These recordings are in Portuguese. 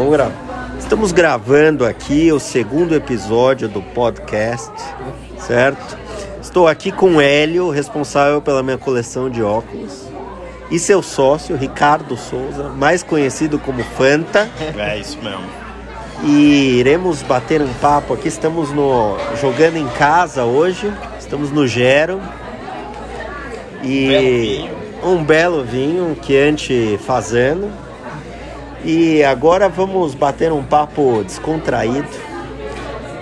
Vamos gravar. Estamos gravando aqui o segundo episódio do podcast, certo? Estou aqui com o Hélio, responsável pela minha coleção de óculos, e seu sócio, Ricardo Souza, mais conhecido como Fanta. É isso mesmo. E iremos bater um papo aqui. Estamos no jogando em casa hoje. Estamos no Gero. E um belo vinho, um Chianti Fazano. E agora vamos bater um papo descontraído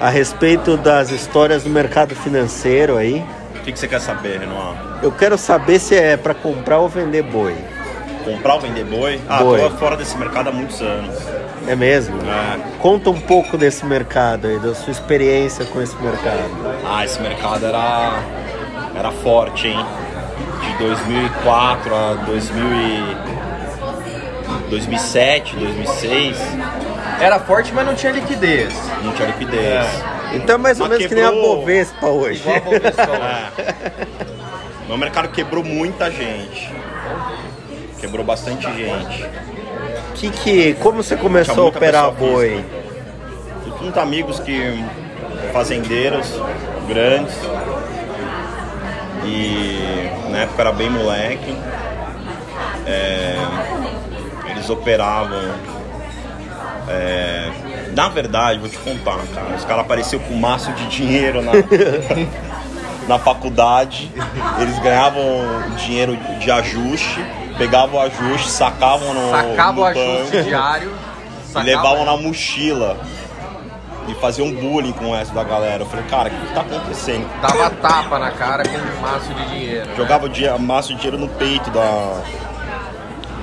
a respeito das histórias do mercado financeiro aí. O que, que você quer saber, Renan? Eu quero saber se é para comprar ou vender boi. Comprar ou vender boi? Ah, Boi. tô fora desse mercado há muitos anos. É mesmo? É. Conta um pouco desse mercado aí, da sua experiência com esse mercado. Ah, esse mercado era, era forte, hein? De 2004 a 2000 e- 2007, 2006, Era forte, mas não tinha liquidez. não tinha liquidez. É. Então é mais ou Mas menos que nem a quebrou- Bovespa hoje. Igual a Bovespa. É. Meu mercado quebrou muita gente. Quebrou bastante gente. Que que, como você começou a muita operar pessoa boi? Muitos amigos que fazendeiros grandes e na época era bem moleque. É, eles operavam. é, na verdade, vou te contar, cara. Os caras apareciam com um maço de dinheiro na, na faculdade. Eles ganhavam dinheiro de ajuste, pegavam o ajuste, sacavam no. Sacava no o ajuste banco diário. e Sacava... levavam na mochila e faziam bullying com essa da galera. Eu falei, cara, o que que tá acontecendo? Dava tapa na cara com um maço de dinheiro. Jogava o dia, massa de dinheiro no peito da,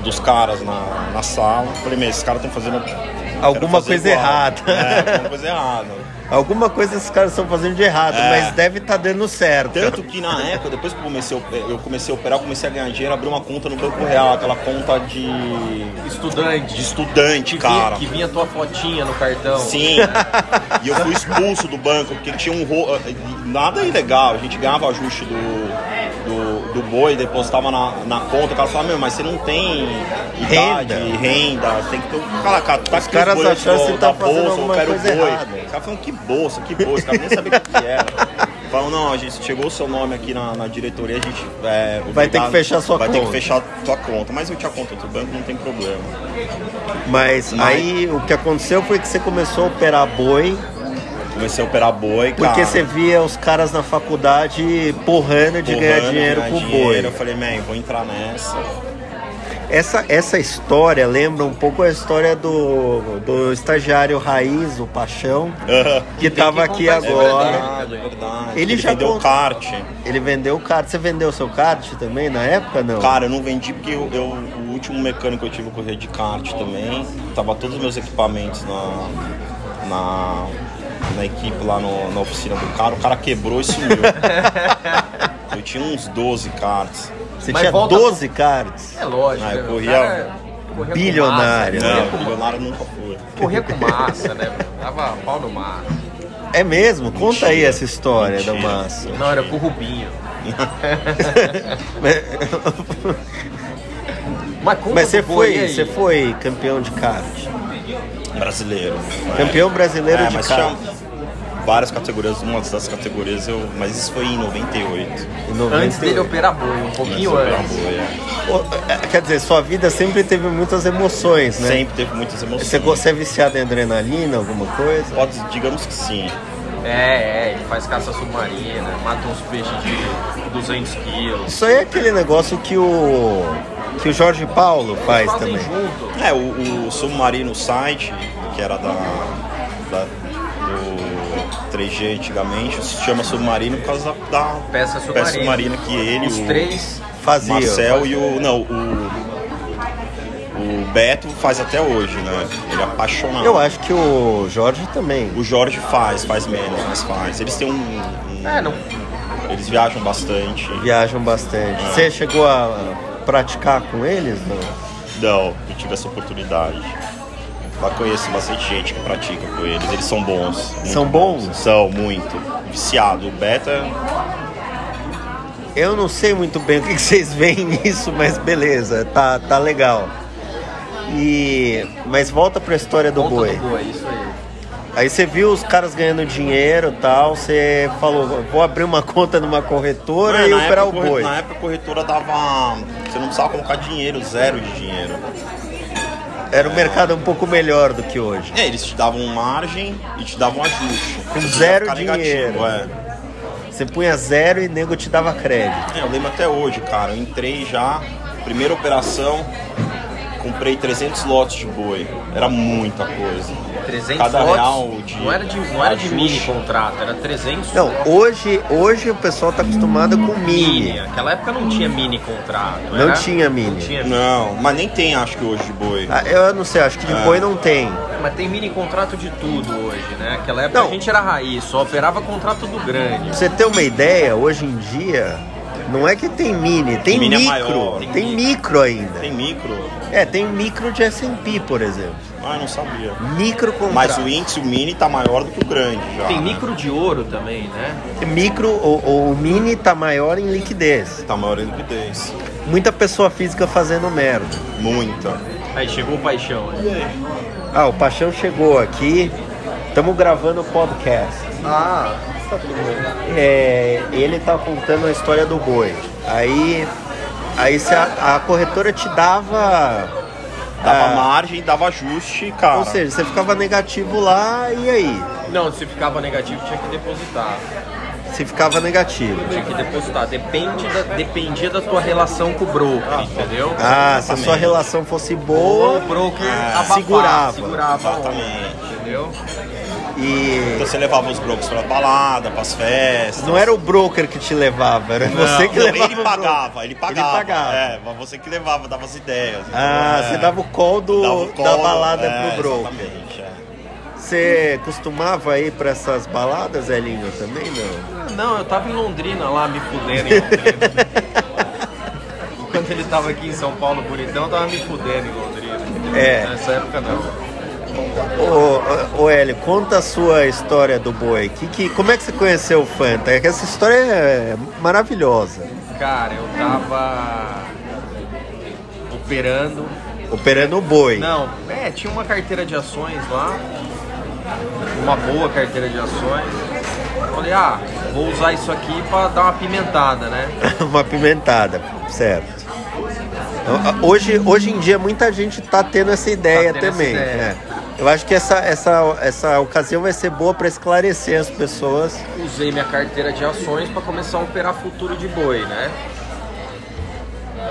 dos caras na, na sala. Eu Falei, meu, esses caras estão fazendo. quero fazer coisa igual." errada. É, alguma coisa errada. Alguma coisa esses caras estão fazendo de errado, É. mas deve estar dando certo. Tanto que na época, depois que eu comecei, a ope- eu comecei a operar, eu comecei a ganhar dinheiro, abri uma conta no Banco Real, aquela conta de, de Estudante. estudante, Que, cara. vinha, que vinha tua fotinha no cartão. Sim. e eu fui expulso do banco, porque tinha um ro... Nada ilegal. A gente ganhava ajuste do, do, do boi, depositava na, na conta. O cara falava, meu, mas você não tem idade, Renda. renda, você tem que ter. um- Cara, cara, tá Os caras achando que você tá fazendo eu alguma quero coisa boi. errada. Os caras falam, que bolsa, que bolsa, os caras nem sabiam o que que era. Falam, não, a gente chegou o seu nome aqui na, na diretoria, a gente é, Vai ter que obrigado- fechar sua vai ter conta. que fechar sua conta. Mas eu tinha conta do banco, não tem problema. Mas, aí o que aconteceu foi que você começou a operar boi, Comecei a operar boi, cara. porque você via os caras na faculdade porrando de ganhar Porrando, dinheiro né, ganhar com dinheiro. Eu boi. É falei, man, vou entrar nessa. Essa, essa história lembra um pouco a história do, do estagiário Raiz, o Paixão, que tem tava aqui que contar essa agora. verdade. É Verdade, é verdade. Ele já vendeu conta- kart. Ele vendeu o kart. Você vendeu o seu kart também na época, não? Cara, eu não vendi porque eu, eu- o último mecânico que eu tive eu corria de kart também. Tava todos os meus equipamentos na, na, na equipe lá no- na oficina do cara. O cara quebrou e sumiu. eu tinha uns 12 karts. Você Mas tinha volta- 12 cards. É lógico. Ah, né? eu O corria- né? cara corria com Bilionário. massa, Não, corria com- milionário nunca foi. Corria com massa, né? Tava pau no mar. É mesmo? Conta aí essa história da Mentira. massa. Não, era com o Rubinho. Mas, conta Mas você do boi foi, aí. você foi campeão de kart. Brasileiro. Campeão brasileiro é, de mas kart. tinha várias categorias, uma das categorias eu. Mas isso foi em 98. em 98. Antes dele operar boi, um pouquinho Mas eu antes. operava, é. O- é, Quer dizer, sua vida sempre teve muitas emoções, né? Sempre teve muitas emoções. Você, você é viciado em adrenalina, alguma coisa? Pode, digamos que sim. É, é, ele faz caça submarina, mata uns peixes de 200 quilos. Isso aí é aquele negócio que o que o Jorge Paulo faz Fazem também. junto. É, o, o Submarino site, que era da, da- do 3G antigamente, se chama Submarino por causa da, da Peça submarina. submarina que ele, Os o três. Fazia. Marcel e o. Não, o. O Beto faz até hoje, né? Ele é apaixonado. Eu acho que o Jorge também. O Jorge faz, faz menos, mas faz. Eles têm um. um- É, não. Eles viajam bastante. Viajam bastante. Você chegou a praticar com eles? Não? Não, eu tive essa oportunidade. Lá conheço bastante gente que pratica com eles. Eles são bons. muito São bons? São, muito. Viciado. O Beta Eu não sei muito bem o que que vocês veem nisso, mas beleza, tá, tá legal. E mas volta pra história do Conta boi. do boi, isso aí. Aí você viu os caras ganhando dinheiro, e tal, você falou, vou abrir uma conta numa corretora Mano, e É, na época, operar o corre- boi. Na época a corretora dava. Você não precisava colocar dinheiro, zero de dinheiro. Era um mercado um pouco melhor do que hoje. É, eles te davam margem e te davam um ajuste. Com Você zero precisava ficar dinheiro. é. Você punha zero e nego te dava crédito. É, eu lembro até hoje, cara. Eu entrei já, primeira operação, comprei 300 lotes de boi. Era muita coisa. 300 Cada lotes. real de. Não era de, não era de ajuste. mini contrato, era 300 Não, hoje, hoje o pessoal tá acostumado com mini. mini. é. Naquela época não tinha mini contrato. Não era- tinha Não mini. tinha mini. Não, mas nem tem, acho que hoje de boi. Ah, Eu não sei, acho que de É. boi não tem. Mas tem mini contrato de tudo hoje, né? Naquela época Não. a gente era raiz, só operava contrato do grande. Pra você ter uma ideia, hoje em dia, não é que tem mini, tem Mini é micro. maior. tem, Tem micro ainda. Tem micro? É, tem micro de S&P, por exemplo. Ah, eu não sabia. Micro Mas contrato. o índice, o mini, tá maior do que o grande já. Tem né? micro de ouro também, né? Micro, o, o mini tá maior em liquidez. Tá maior a liquidez. Muita pessoa física fazendo merda. Muita. Aí chegou o paixão. né? Ah, o Paixão chegou aqui. Estamos gravando o podcast. Ah, É, ele tá contando a história do boi. Aí, aí se a, a corretora te dava. Dava ah, É. margem, dava ajuste, cara. Ou seja, você ficava negativo lá e aí? não, se ficava negativo tinha que depositar. Você ficava negativo. Tinha que depositar. Depende da, dependia da tua relação com o broker, entendeu? Ah, se a sua relação fosse boa. o broker Ah, abafava, segurava. segurava a onda, Exatamente. entendeu? E Então você levava os brocos pra balada, pras festas. não era o broker que te levava, era você que Não, levava. ele o pagava, ele Ele pagava. pagava. É, mas você que levava, dava as ideias. Ah, Então, é, você dava o call, do, dava o da colo, balada é, pro broker. Exatamente, é. Você costumava ir pra essas baladas, Elinho, também não? Ah, Não, eu tava em Londrina lá, me fudendo em Londrina. Enquanto ele tava aqui em São Paulo, bonitão, eu tava me fudendo em Londrina. É. Nessa época não. Ô, ô, ô Hélio, conta a sua história do boi. Que, que, como é que você conheceu o Fanta? É que essa história é maravilhosa. Cara, eu tava operando. Operando o boi. Não, é, tinha uma carteira de ações lá. Uma boa carteira de ações. Falei, ah, vou usar isso aqui pra dar uma pimentada, né? Uma pimentada, certo. Então, Hoje, hoje em dia muita gente tá tendo essa ideia Tá tendo essa também. ideia. né? Eu acho que essa, essa, essa ocasião vai ser boa para esclarecer as pessoas. usei minha carteira de ações para começar a operar futuro de boi, né?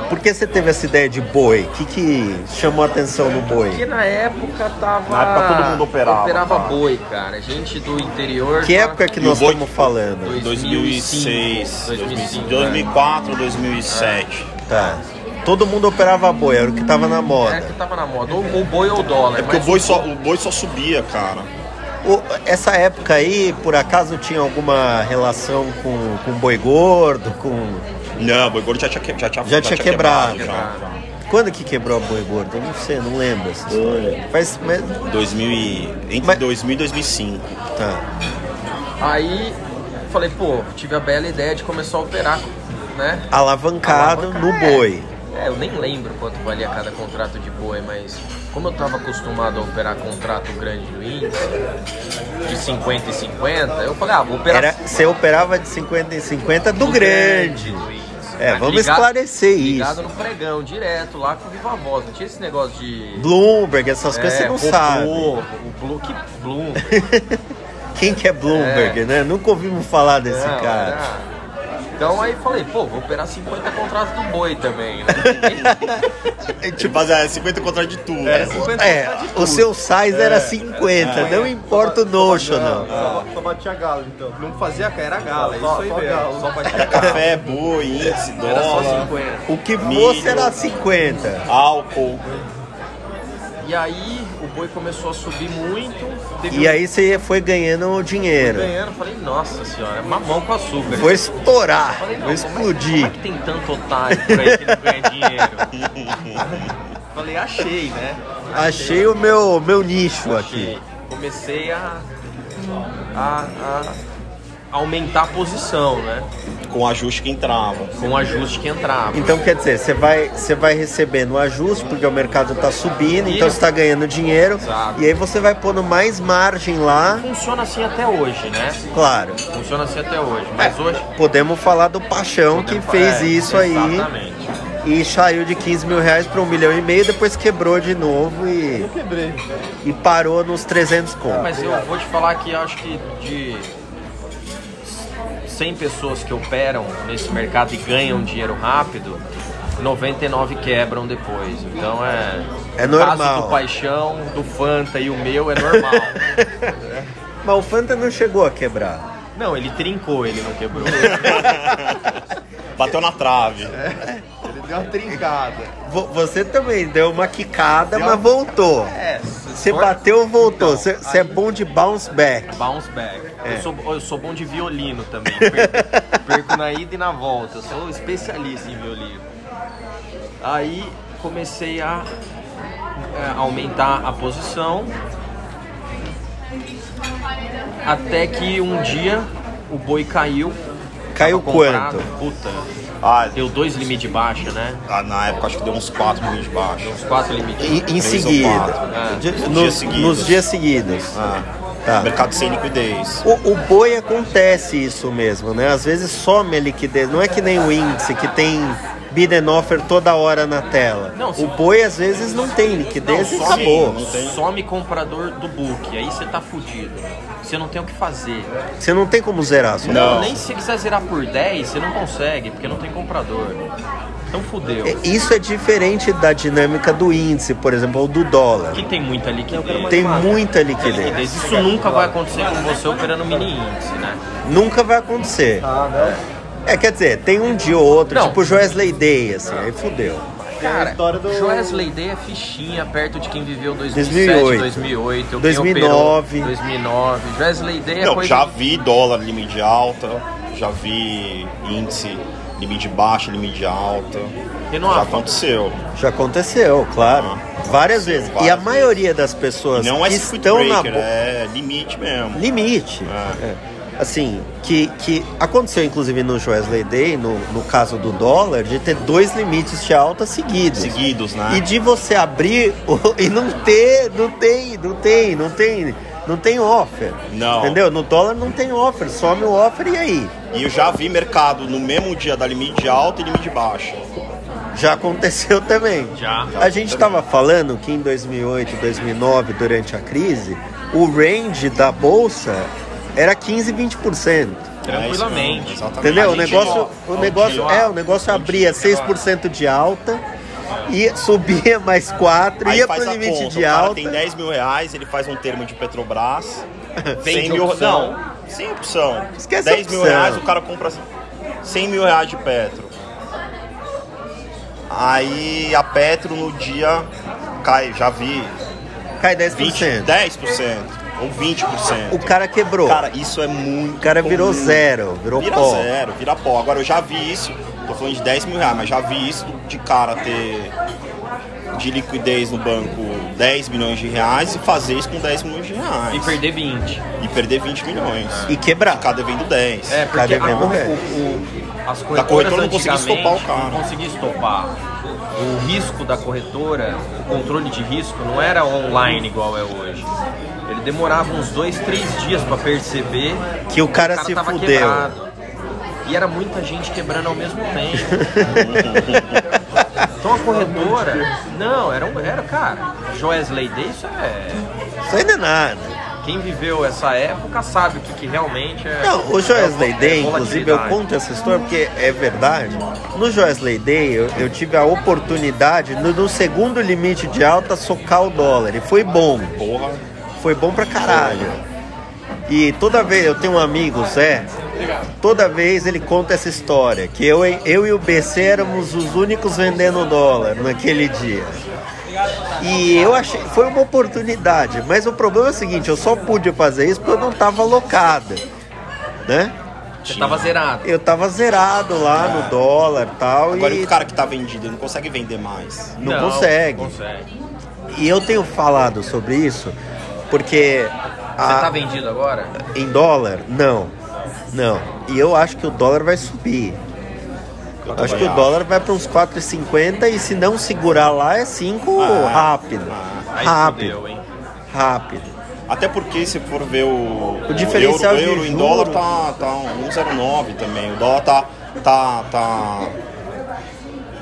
Por que você teve essa ideia de boi? O que, que chamou a atenção no Porque boi? na época tava. Na época todo mundo operava, Operava cara. boi, cara. Gente do interior. Que tá? época que E nós o boi- estamos falando? 2006, 2005, 2005, 2004, 2007. Tá. Todo mundo operava boi, era o que tava na É que moda. tava na moda. Ou ou boi ou dólar. É porque o mas boi, só, o boi só subia, cara. É. O- essa época aí, por acaso, tinha alguma relação com, com boi gordo? Com... Não, o boi gordo já tinha, que- já tinha, Já tinha quebrado. já. Quando que quebrou a boi gordo? Eu não sei, não lembro essa história. Faz. Mas, 2000 e- entre Mas- 2000 e 2005. tá. Aí falei, pô, tive a bela ideia de começar a operar, né? Alavancado Alavancar, no é. boi. É, eu nem lembro quanto valia cada contrato de boi, mas como eu tava acostumado a operar contrato grande do índice, de 50 e 50, eu falei, ah, vou operar Era, você operava de 50 em 50 É. do, grande. Tá Luiz. É, Mas vamos esclarecer ligado isso. no pregão, direto lá com Viva Voz. Não tinha esse negócio de. Bloomberg, essas coisas você não Complô, sabe. É, O Blue, que né? Bloom. Quem que é Bloomberg, né? Nunca ouvimos falar desse Não, cara. era- Então aí falei, pô, vou operar 50 contratos do boi também. Né? É, Tipo, tipo, fazia 50 contra de tudo. Era né? 50 é, contratos de o tudo. seu size era 50, não importa o notional. Só, só batia galo, então. Não fazia cara, era gala, Só- isso aí só mesmo. galo. Só batia Era café, boi, índice, Era só assim. dólar, 50. O que Milho. fosse era 50. álcool. E aí o boi começou a subir muito. Teve E um aí você foi ganhando dinheiro. ganhando, falei, nossa senhora, é mamão com açúcar. Foi estourar, Falei, não, foi como é, como é explodir. que tem tanto otário por aí que não ganha dinheiro? Falei, achei, né? Achei o meu, meu nicho aqui. Achei. Comecei a, a, a, aumentar a posição, né? com o ajuste que entrava. Com o ajuste que entrava. Então quer dizer, você vai, você vai recebendo o ajuste, porque o mercado está subindo, então você está ganhando dinheiro. Exato. E aí você vai pondo mais margem lá. Funciona assim até hoje, né? Claro. Funciona assim até hoje. Mas hoje. Podemos falar do Paixão É, que fez É, isso Exatamente. aí e saiu de 15 mil reais para um milhão e meio, depois quebrou de novo e, Eu quebrei. e parou nos 300 conto. Mas eu vou te falar que eu acho que de 100 pessoas que operam nesse mercado e ganham dinheiro rápido, 99 quebram depois. Então é. É O caso normal. do Paixão, do Fanta e o meu é normal. Mas o Fanta não chegou a quebrar. não, ele trincou, ele não quebrou. Bateu na trave. É. Ele deu uma trincada. Vo- Você também deu uma quicada, Deu mas um uma- voltou. É, Você bateu, Então, voltou. Você você é bom de bounce back. Bounce back. É. Eu, sou, eu sou bom de violino também. Perco, perco na ida e na volta. Eu sou especialista em violino. Aí comecei a é, aumentar a posição. Até que um dia o boi caiu. Caiu Tava comprado. quanto? Puta, Ah, deu dois limites de baixa, né? ah, na época acho que deu uns 4 milhões de baixo. Uns quatro limites. Em, em Três ou seguida. quatro. É. De- Nos nos, dias seguidos. nos dias seguidos. Ah, Tá. Mercado sem liquidez. O, o boi acontece isso mesmo, né? Às vezes some a liquidez. Não é que nem o índice que tem bid and offer toda hora na tela. Não, o sim. boi às vezes não tem liquidez e Não, some, acabou. não tem. Some comprador do book, aí você tá fudido. Você não tem o que fazer. Você não tem como zerar. Só Não. Nem se quiser zerar por 10, você não consegue, porque não tem comprador. Então fudeu. É, Isso é diferente da dinâmica do índice, por exemplo, ou do dólar. Aqui tem muita liquidez. Tem muita Tem liquidez. liquidez. Isso nunca vai acontecer com você operando mini índice, né? Nunca vai acontecer. Ah, não. É, quer dizer, tem um dia ou outro, Tá, Não. tipo o Joesley Day, assim, aí fudeu. Cara, história do- Joesley Day é fichinha perto de quem viveu 2007, 2008, 2008, quem 2009. operou 2009. Joesley Day é Não, coisa... já vi dólar limite de alta, já vi índice limite de baixa, limite de alta. E não já há- aconteceu. Já aconteceu, claro. Várias vezes. E a várias maioria das pessoas Não é que circuit estão na breaker, bo- é Ah. limite mesmo. limite. É. Assim, que, que aconteceu inclusive no Joesley Day, no, no caso do dólar, de ter dois limites de alta seguidos. Seguidos, né? E de você abrir o- e não ter, não tem, não tem, não tem, não tem offer. Não. Entendeu? No dólar não tem offer, some o offer e aí? E eu já vi mercado no mesmo dia da limite de alta e limite de É baixa. Já aconteceu também. Já. A gente estava falando que em 2008, 2009, durante a crise, o range da bolsa era 15, 20%. Tranquilamente. É isso mesmo, exatamente. Entendeu? O A gente negócio, o não- negócio continua. é, o negócio abria 6% de alta e subia mais 4, Aí ia faz pro a limite conta, de o cara alta. tem 10 mil reais, ele faz um termo de Petrobras, 100 Vende mil opção. Não, sem opção. Esquece a 10 mil opção. reais, o cara compra 100 mil reais de Petro. Aí a Petro no dia cai, já vi, Cai 20, 10%. 10% ou 20%. O cara quebrou. Cara, isso é muito. o cara virou comum. zero, virou Vira pó. zero, vira pó. Agora eu já vi isso, tô falando de 10 mil reais, mas já vi isso de cara ter de liquidez no banco 10 milhões de reais e fazer isso com 10 milhões de reais. E perder 20. E perder 20 milhões. E quebrar. Ficar devendo 10. É, Tá porque a, devendo o, resto. o- as Da corretora corretoras não conseguia antigamente estopar o cara. não conseguia estopar. O risco da corretora, o controle de risco, não era online igual é hoje. Ele demorava uns dois, três dias pra perceber Que o cara se tava fudeu. quebrado. E era muita gente quebrando ao mesmo tempo. então a corretora. Não, era um. Era, cara, Joesley Day, isso é. Isso ainda é nada. Quem viveu essa época sabe o que, que realmente é. Não, o Joesley é Day, inclusive, eu volatilidade. conto essa história porque é verdade. No Joesley Day, eu, eu tive a oportunidade, no, no segundo limite de alta, socar o dólar. E foi bom. Porra. Foi bom pra caralho. E toda vez, eu tenho um amigo, o Zé, toda vez ele conta essa história, que eu, e- eu e o BC éramos os únicos vendendo dólar naquele dia. E eu achei, foi uma oportunidade, mas o problema é o seguinte, eu só pude fazer isso porque eu não tava alocado, né? Você tava zerado. Eu tava zerado lá no dólar tal, Agora e o cara que tá vendido ele não consegue vender mais. não, consegue. consegue. E eu tenho falado sobre isso, porque... Você a- tá vendido agora? Em dólar? Não. Não. E eu acho que o dólar vai subir. Eu acho que o dólar vai para uns 4,50 e se não segurar lá é 5 Ah, rápido. ah, Aí rápido. fudeu, hein? rápido. Até porque se for ver o, O diferencial euro, de euro em juro. dólar tá, tá um 1,09 também. O dólar tá. tá, tá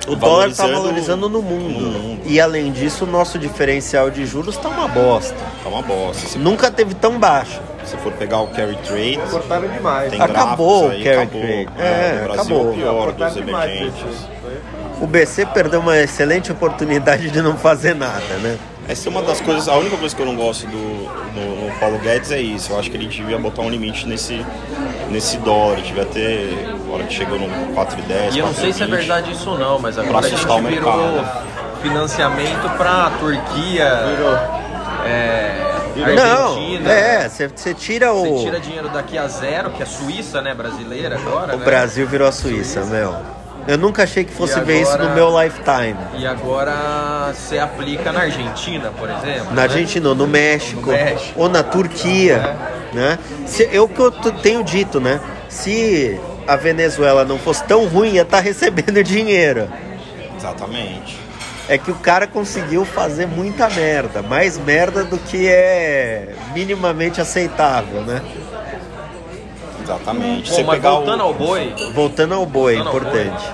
O dólar está valorizando no mundo. no mundo. E além disso, o nosso diferencial de juros está uma bosta. Tá uma bosta. Se Nunca teve tão baixo. você for pegar o carry trade, Cortaram demais. tem Acabou gráficos aí, o carry acabou. trade. É, É, no Brasil acabou. é o pior dos Cortaram demais, emergentes. gente. Foi- O BC perdeu uma excelente oportunidade de não fazer nada, né? Essa é uma das coisas, a única coisa que eu não gosto do no, no Paulo Guedes é isso. Eu acho que ele devia botar um limite nesse, nesse dólar. Devia ter, agora que chegou no 4,10. E eu não sei se é 4,20. verdade isso ou não, mas agora a assustar gente o virou mercado. financiamento pra Turquia. Virou. É, Argentina. Não, é, você tira o. Você tira dinheiro daqui a zero, que é Suíça, né? Brasileira agora. O né? Brasil virou a Suíça, meu. Eu nunca achei que fosse E ver isso agora- no meu lifetime. E agora você aplica na Argentina, por exemplo. Na né? Argentina, ou no México, No México. É. ou na Turquia, né? Se, eu que eu t- tenho dito, né? Se a Venezuela não fosse tão ruim, ia estar recebendo dinheiro. Exatamente. É que o cara conseguiu fazer muita merda, mais merda do que é minimamente aceitável, né? Exatamente. Pô, mas voltando ao boi, Voltando ao boi, Voltando ao importante.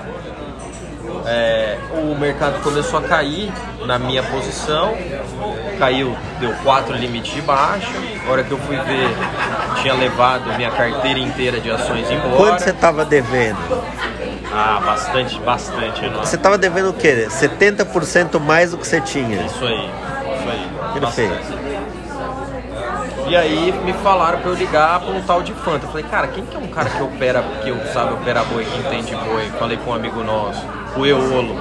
é, o mercado começou a cair na minha posição. Caiu, deu quatro limites de baixo. A hora que eu fui ver, tinha levado minha carteira inteira de ações embora. Quanto você tava devendo? Ah, bastante, bastante. né? Não. Você tava devendo o quê? 70% mais do que você tinha. Isso aí, isso aí. Perfeito. Bastante. E aí me falaram pra eu ligar pra um tal de Fanta. Eu falei, cara, quem que é um cara que opera, que eu- sabe operar boi, que entende boi? Falei com um amigo nosso, o Eolo,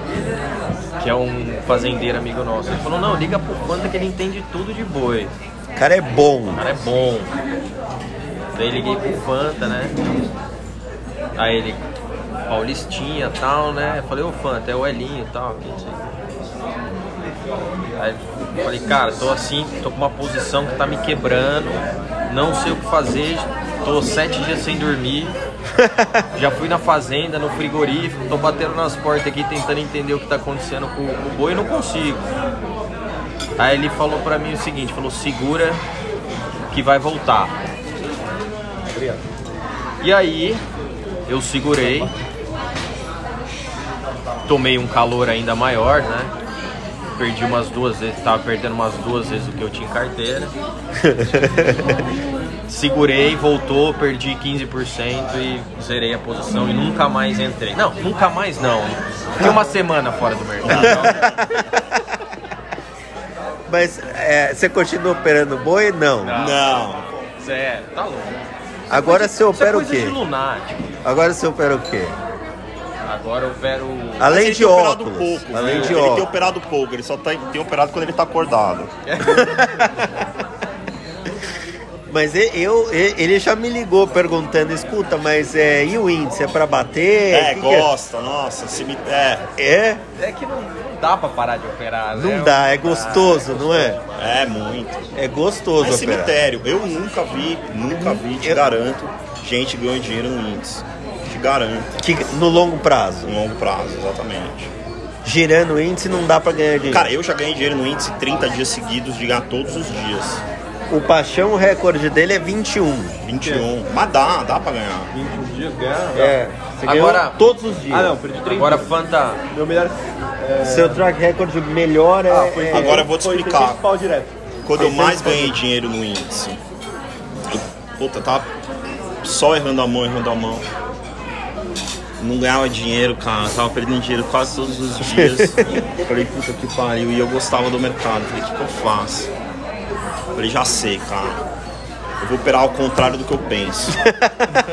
que é um fazendeiro amigo nosso. Ele falou, não, liga pro Fanta que ele entende tudo de boi. O cara é bom. O cara é bom. Daí liguei pro Fanta, né? Aí ele, Paulistinha e tal, né? Eu falei, ô Fanta, é o Elinho e tal. que não sei. Aí eu falei, cara, tô assim, tô com uma posição que tá me quebrando, não sei o que fazer, tô sete dias sem dormir. Já fui na fazenda, no frigorífico, tô batendo nas portas aqui tentando entender o que tá acontecendo com, com o boi e não consigo. Aí ele falou pra mim o seguinte, falou, segura que vai voltar. E aí, eu segurei. Tomei um calor ainda maior, né? Perdi umas duas vezes, tava perdendo umas duas vezes o que eu tinha em carteira. Segurei, voltou, perdi 15% e zerei a posição e nunca mais entrei. Não, nunca mais não. Fiquei uma semana fora do mercado. Mas é, você continua operando boi? Não. Não. Sério, tá louco. Agora você Isso é opera o coisa quê? de lunático. Agora você opera o quê? Agora eu opero... Além de tem operado óculos. pouco. Além né? de ele tem óculos. operado pouco, ele só tá, tem operado quando ele tá acordado. Mas e- eu, e- ele já me ligou perguntando, escuta, mas é, e o índice? É pra bater? É, Que que gosta, nossa, se me. É, É? É? É que não, não dá pra parar de operar, né? Não dá, é gostoso, não é? é muito. É gostoso Mas operar. cemitério, eu nunca vi, nunca vi, te Eu- garanto, gente ganhando dinheiro no índice. Te garanto, Que, no longo prazo. no longo prazo, exatamente. Girando o índice não dá pra ganhar dinheiro. Cara, eu já ganhei dinheiro no índice 30 dias seguidos, de ganhar todos os dias. O Paixão, o recorde dele é 21. 21. Mas dá, dá pra ganhar. 21 dias ganharam. É. Você ganhou Agora- todos os dias. Ah, não, perdi 30. Agora, Fanta, Meu melhor. É... Seu track record melhor é. Ah, foi- é- Agora eu vou te foi explicar. 600 pau direto. Quando eu mais ganhei dinheiro no índice, eu, puta, tava só errando a mão, errando a mão. Não ganhava dinheiro, cara. Tava perdendo dinheiro quase todos os dias. falei, puta que pariu. E eu gostava do mercado. Falei, o que, que eu faço? Falei, já sei, cara. Eu vou operar ao contrário do que eu penso.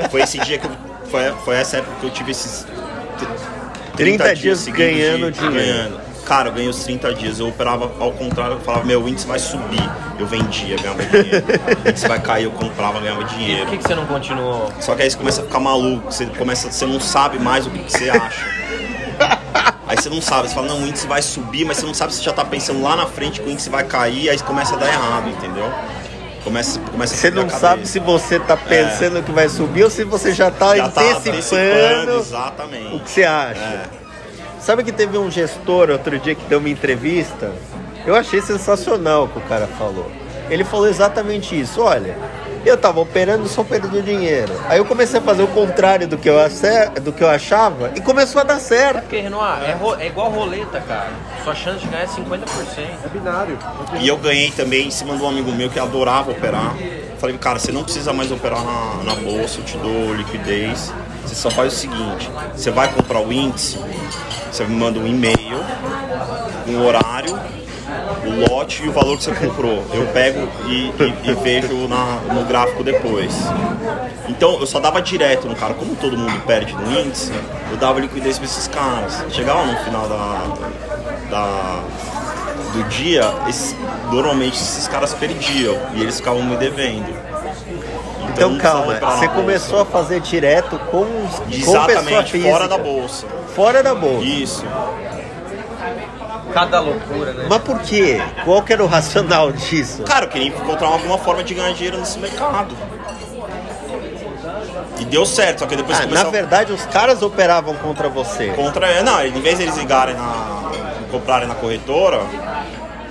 foi esse dia que eu. Foi, foi essa época que eu tive esses. 30 dias seguidos ganhando dinheiro. ganhando. Cara, eu ganhei os 30 dias. Eu operava ao contrário, eu falava, meu, o índice vai subir. Eu vendia, ganhava dinheiro. o índice vai cair, eu comprava, ganhava por que, dinheiro. que você não continuou? Só que aí você começa a ficar maluco, você começa, você não sabe mais o que, que você acha. Aí você não sabe, você fala, não, o índice vai subir, mas você não sabe se você já tá pensando lá na frente que o índice vai cair, aí começa a dar errado, entendeu? Começa, começa a Você subir a não cabeça. É. sabe se você tá pensando que vai subir ou se você já tá Já tá antecipando, antecipando exatamente. o que você acha. É. Sabe que teve um gestor outro dia que deu uma entrevista? Eu achei sensacional o que o cara falou. Ele falou exatamente isso. Olha, eu tava operando só perdendo dinheiro. Aí eu comecei a fazer o contrário do que eu, ace- do que eu achava e começou a dar certo. Porque, Renoir, é, ro- é igual roleta, cara. Sua chance de ganhar é 50%. É binário. E eu ganhei também em cima de um amigo meu que adorava operar. Falei, cara, você não precisa mais operar na, na bolsa, eu te dou liquidez. Você só faz o seguinte, você vai comprar o índice, você me manda um e-mail, um horário, o lote e o valor que você comprou. Eu pego e, e- e vejo na- no gráfico depois. Então eu só dava direto no cara. Como todo mundo perde no índice, eu dava liquidez pra esses caras. Chegava no final da, da- do dia, esses- normalmente esses caras perdiam e eles ficavam me devendo. Então, não precisava calma, entrar na você bolsa. começou a fazer direto com, com pessoa Exatamente, física. fora da bolsa. Fora da bolsa. Isso. Cada loucura, né? Mas por quê? Qual que era o racional disso? Cara, eu queria encontrar alguma forma de ganhar dinheiro nesse mercado. E deu certo, só que depois Ah, na começou verdade, os caras operavam contra você. contra. é, Não, em vez deles ligarem na. comprarem na corretora,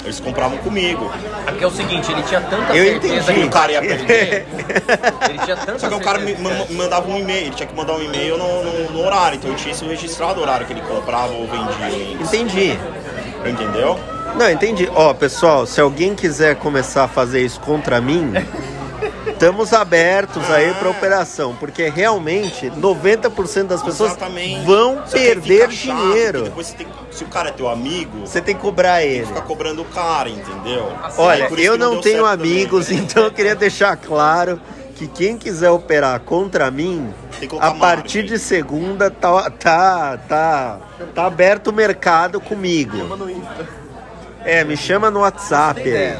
eles compravam comigo. Porque é o seguinte, ele tinha tanta Eu certeza entendi. que o cara ia perder. Ele tinha tanta Só que o cara me, certeza. ma- me mandava um e-mail, ele tinha que mandar um e-mail no, no- no horário, então eu tinha isso registrado o horário que ele comprava ou vendia o índice. Entendi. Entendeu? Não, entendi. Ó, pessoal, se alguém quiser começar a fazer isso contra mim, estamos abertos aí para operação, porque realmente 90% das pessoas Exatamente. vão Só que aí perder fica chato, porque dinheiro. Depois você tem, se o cara é teu amigo, Você tem que cobrar ele. fica cobrando o cara, entendeu? Olha, Aí é por isso eu que não deu tenho certo também. amigos, então eu queria deixar claro que quem quiser operar contra mim, Tem que colocar a partir margem. de segunda tá tá tá tá aberto o mercado comigo. É, me chama no WhatsApp. É,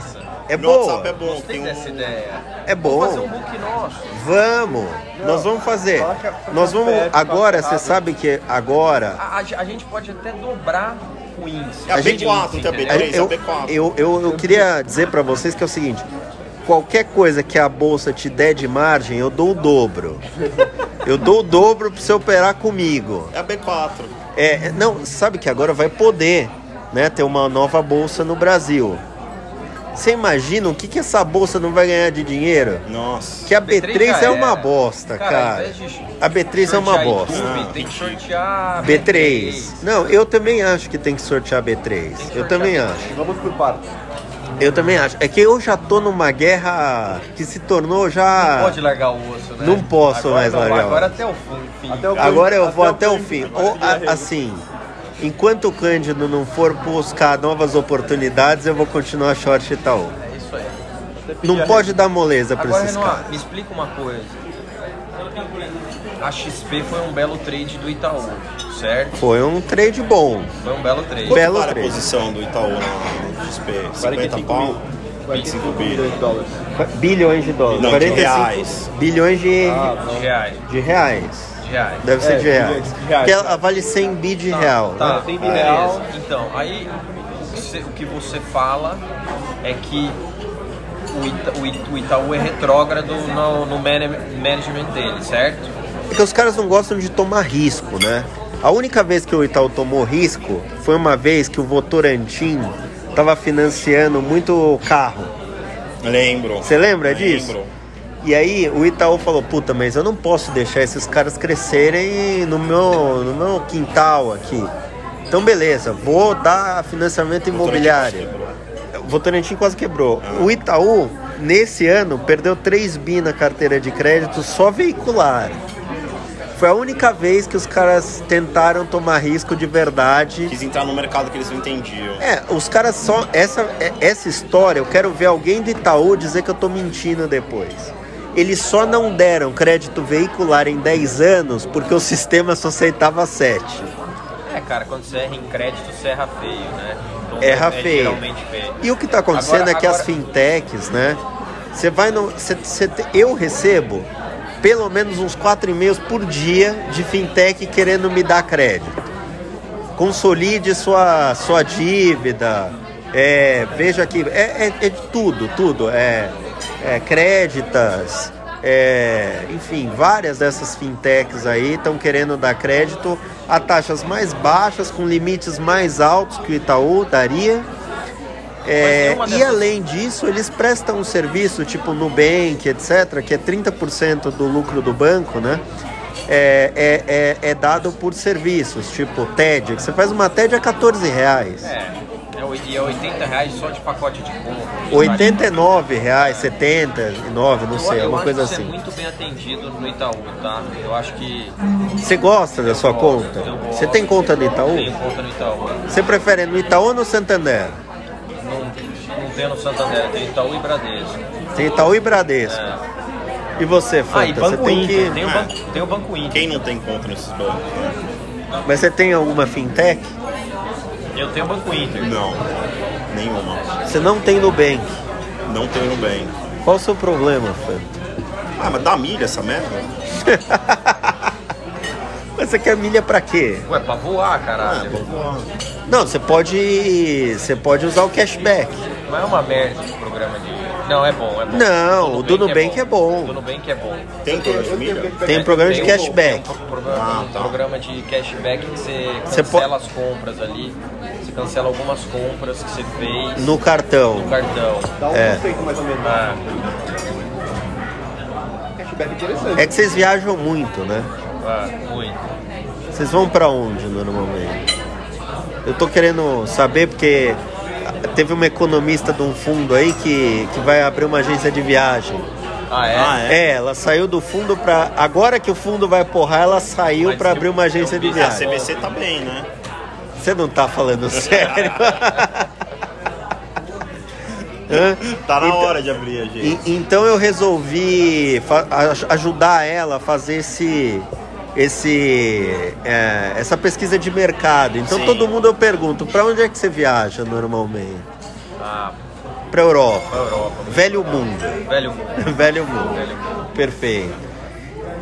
é No boa. WhatsApp é bom, tem Tem essa um, ideia. É Vamos fazer um bom. book nosso. Vamos. Nós vamos fazer. coloca- coloca Nós vamos café, agora, coloca você sabe que agora A, a- a gente pode até dobrar o índice. É a O B4, índice, não tem a entendeu? B3. eu, eu, B4. eu, eu, eu queria dizer pra vocês que é o seguinte: qualquer coisa que a bolsa te der de margem, eu dou o dobro. Eu dou o dobro pra você operar comigo. É a B4. É, não, sabe que agora vai poder, né, ter uma nova bolsa no Brasil. Você imagina o que, que essa bolsa não vai ganhar de dinheiro? Nossa. Que a B3 B3 é já uma era. bosta, Cara, ao cara. invés de A B3 é uma sortear bosta. YouTube, Tem que sortear B3. Não, eu também acho que tem que sortear B3. que Eu sortear também B3. acho. Vamos por partes. Eu também acho. É que eu já tô numa guerra que se tornou já. Pode largar o osso, né? Ah. Não posso Agora mais não, largar o Agora osso. até o fim. Até o- Agora eu vou Até até o o fim. fim. Ou, a- assim, enquanto o Cândido não for buscar novas oportunidades, eu vou continuar short e tal. É isso aí. Não pode dar moleza pra Agora, esses caras. Renoir, me explica uma coisa. A XP foi um belo trade do Itaú, certo? Foi um trade bom. Foi um belo trade. Belo Qual era a três. posição do Itaú na XP? 50 45 pau? mil. 25 bilhões. de dólares. Bilhões de dólares. Não, de 45 reais. Bilhões de, Ah, De não. reais, de reais. de reais. Deve ser É, de reais. de reais, Porque tá. ela vale 100 bi de real. né? Tá, Tem de beleza. real. Então, aí o que você- o que você fala é que o, Ita- o Ita- o Itaú é retrógrado no, no mane- management dele, certo? Porque os caras não gostam de tomar risco, né? A única vez que o Itaú tomou risco foi uma vez que o Votorantim tava financiando muito carro. Lembro. Você lembra Lembro. disso? E aí o Itaú falou, puta, mas eu não posso deixar esses caras crescerem no meu, no meu quintal aqui. Então beleza, vou dar financiamento imobiliário. O Votorantim quase quebrou. Ah. O Itaú, nesse ano, perdeu 3 bi na carteira de crédito só veicular. Foi a única vez que os caras tentaram tomar risco de verdade. Quis entrar no mercado que eles não entendiam. É, os caras só. Essa, é- essa história, eu quero ver alguém do Itaú dizer que eu tô mentindo depois. Eles só não deram crédito veicular em 10 anos porque o sistema só aceitava 7. É, cara, quando você erra em crédito, você erra feio, né? Então, Erra é feio. Geralmente feio. E o que está acontecendo Agora- é que as agora- fintechs, né? Você vai no. cê- cê te- eu recebo pelo menos uns quatro e-mails por dia de fintech querendo me dar crédito. Consolide sua, sua dívida. é, veja aqui. É, é- é de tudo, tudo. É, é, créditas, é, enfim, várias dessas fintechs aí estão querendo dar crédito a taxas mais baixas, com limites mais altos que o Itaú daria. É, nenhuma e dessas- além disso, eles prestam um serviço tipo Nubank, etc., que é 30% do lucro do banco, né? É, é- é- é dado por serviços, tipo TED, que você faz uma TED a 14 reais. É, é, o- e é 80 reais só de pacote de compra. 89 reais, 79, não Eu- sei, eu alguma acho coisa que Você é assim. muito bem atendido no Itaú, tá? Eu acho que. Você gosta da sua conta? eu gosto. Você tem conta no Itaú? Tenho conta no Itaú. Você prefere no Itaú ou no Santander? Não, não tenho no Santander, tem Itaú e Bradesco. né? Tem Itaú e Bradesco. E você, Ah, e Fanta? você Banco tem Inter. que... Tem, o banco, tem o Banco Inter. Quem não tem conta nesses bancos? né? Mas você tem alguma fintech? Eu tenho o Banco Inter. Não, nenhuma. Você não tem Nubank. Não tem Nubank. Qual o seu problema, Fanta? Ah, mas dá milha essa merda? Mas você quer milha pra quê? Ué, pra voar, Ah, caralho. vou voar. Não, você pode. Você pode usar o cashback. Não é uma merda esse programa de. Não, é bom, é bom. Não, o do Nubank é bom. O do Nubank é bom. Tem programa de milha? Tem um programa de Tem um- cashback. Tem um programa, Ah, um tá. programa de cashback que você Você cancela as compras ali. Você cancela algumas compras que você fez No cartão. no cartão. Dá um É. conceito mais ou menos. Ah, Um Cashback interessante. É que vocês viajam muito, né? ah, muito. Vocês vão pra onde normalmente? Eu tô querendo saber porque teve uma economista de um fundo aí que, que vai abrir uma agência de viagem. Ah, é? Ah, é? É, ela saiu do fundo pra. Agora que o fundo vai porrar, ela saiu Mas pra eu- abrir uma eu agência de vi essa A viagem. CVC tá bem, né? Você não tá falando sério? Tá Então, na hora de abrir a gente. E- então eu resolvi fa- aj- ajudar ela a fazer esse, esse, é, essa pesquisa de mercado. Então Sim. todo mundo eu pergunto, pra onde é que você viaja normalmente? Ah, Pra Europa. pra Europa. Velho mundo. Velho, Velho mundo. velho. Perfeito.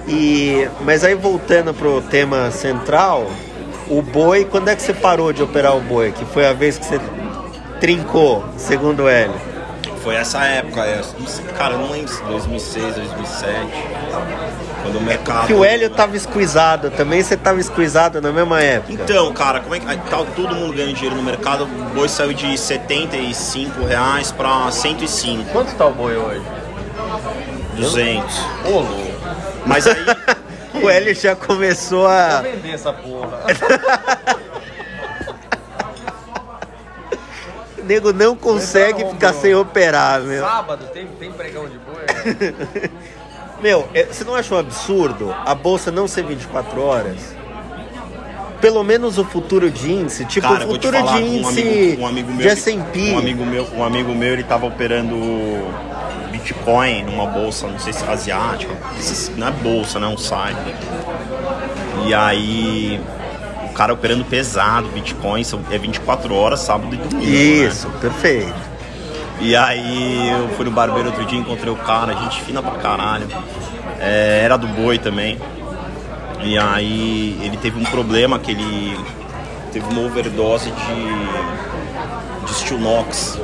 E, mas aí voltando pro tema central, o boi, quando é que você parou de operar o boi? Que foi a vez que você trincou, segundo ele. Foi essa época, é, não sei, cara, eu não lembro se 2006, 2007, quando o mercado... Que o Hélio tá- tava esquisado também, você tava esquisado na mesma época. Então, cara, como é que... aí Tá todo mundo ganhando dinheiro no mercado, o boi saiu de R$ 75 reais pra 105, Quanto tá o boi hoje? 200. Ô, louco. Mas aí... Então- o Hélio já começou Vou a. vender essa porra. É O nego não consegue Então, ficar sem operar, meu. Sábado tem, tem pregão de boi? Meu, é, você não acha um absurdo a bolsa não ser 24 horas? Pelo menos o futuro de índice, tipo Cara, eu o vou te futuro falar, de um índice amigo, um amigo meu, de S&P. Um amigo meu, um amigo meu, ele tava operando Bitcoin numa bolsa, não sei se asiática, esses- não é bolsa, né, é um site. E aí o cara operando pesado, Bitcoin, são- é 24 horas, sábado e domingo. né? Isso, perfeito. E aí eu fui no barbeiro outro dia, encontrei o cara, gente fina pra caralho. É, era do boi também. E aí ele teve um problema que ele teve uma overdose de, de Stilnox.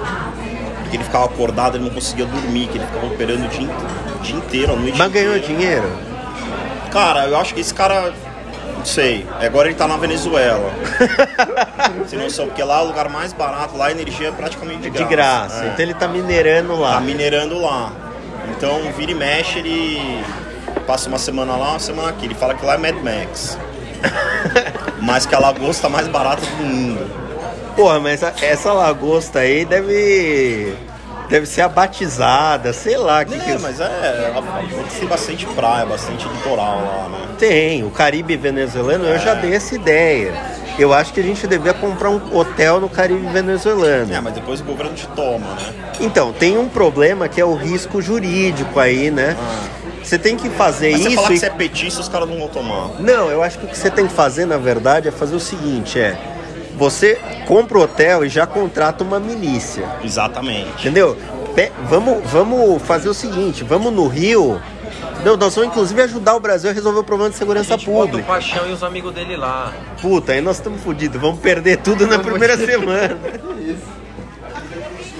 Porque ele ficava acordado, ele não conseguia dormir, que ele ficava operando o dia, in- o dia inteiro, a noite Mas ganhou inteira. dinheiro? Cara, eu acho que esse cara. Não sei. Agora ele tá na Venezuela. Você não sabe, porque lá é o lugar mais barato, lá a energia é praticamente de De graça. graça. É Então ele tá minerando tá lá. minerando lá. Então, vira e mexe, ele passa uma semana lá, uma semana aqui. Ele fala que lá é Mad Max. Mas que a lagosta tá mais barata do mundo. Porra, mas essa, essa lagosta aí deve. Deve ser abatizada, sei lá. Que que... É, mas é. Tem bastante praia, bastante litoral lá, né? Tem, o Caribe venezuelano, eu É. já dei essa ideia. Eu acho que a gente devia comprar um hotel no Caribe venezuelano. É, mas depois o governo te toma, né? Então, tem um problema que é o risco jurídico aí, né? Você tem que fazer Ah. Mas você isso. falar que e- você é petista, os caras não vão tomar. Não, eu acho que o que você tem que fazer, na verdade, é fazer o seguinte: é. Você compra o hotel e já contrata uma milícia. Exatamente. Entendeu? Pe- vamos, vamos fazer o seguinte, vamos no Rio. Não, nós vamos inclusive ajudar o Brasil a resolver o problema de segurança gente Tipo, bota o pública. Paixão e os amigos dele lá. Puta, aí nós estamos fodidos, vamos perder tudo na primeira semana.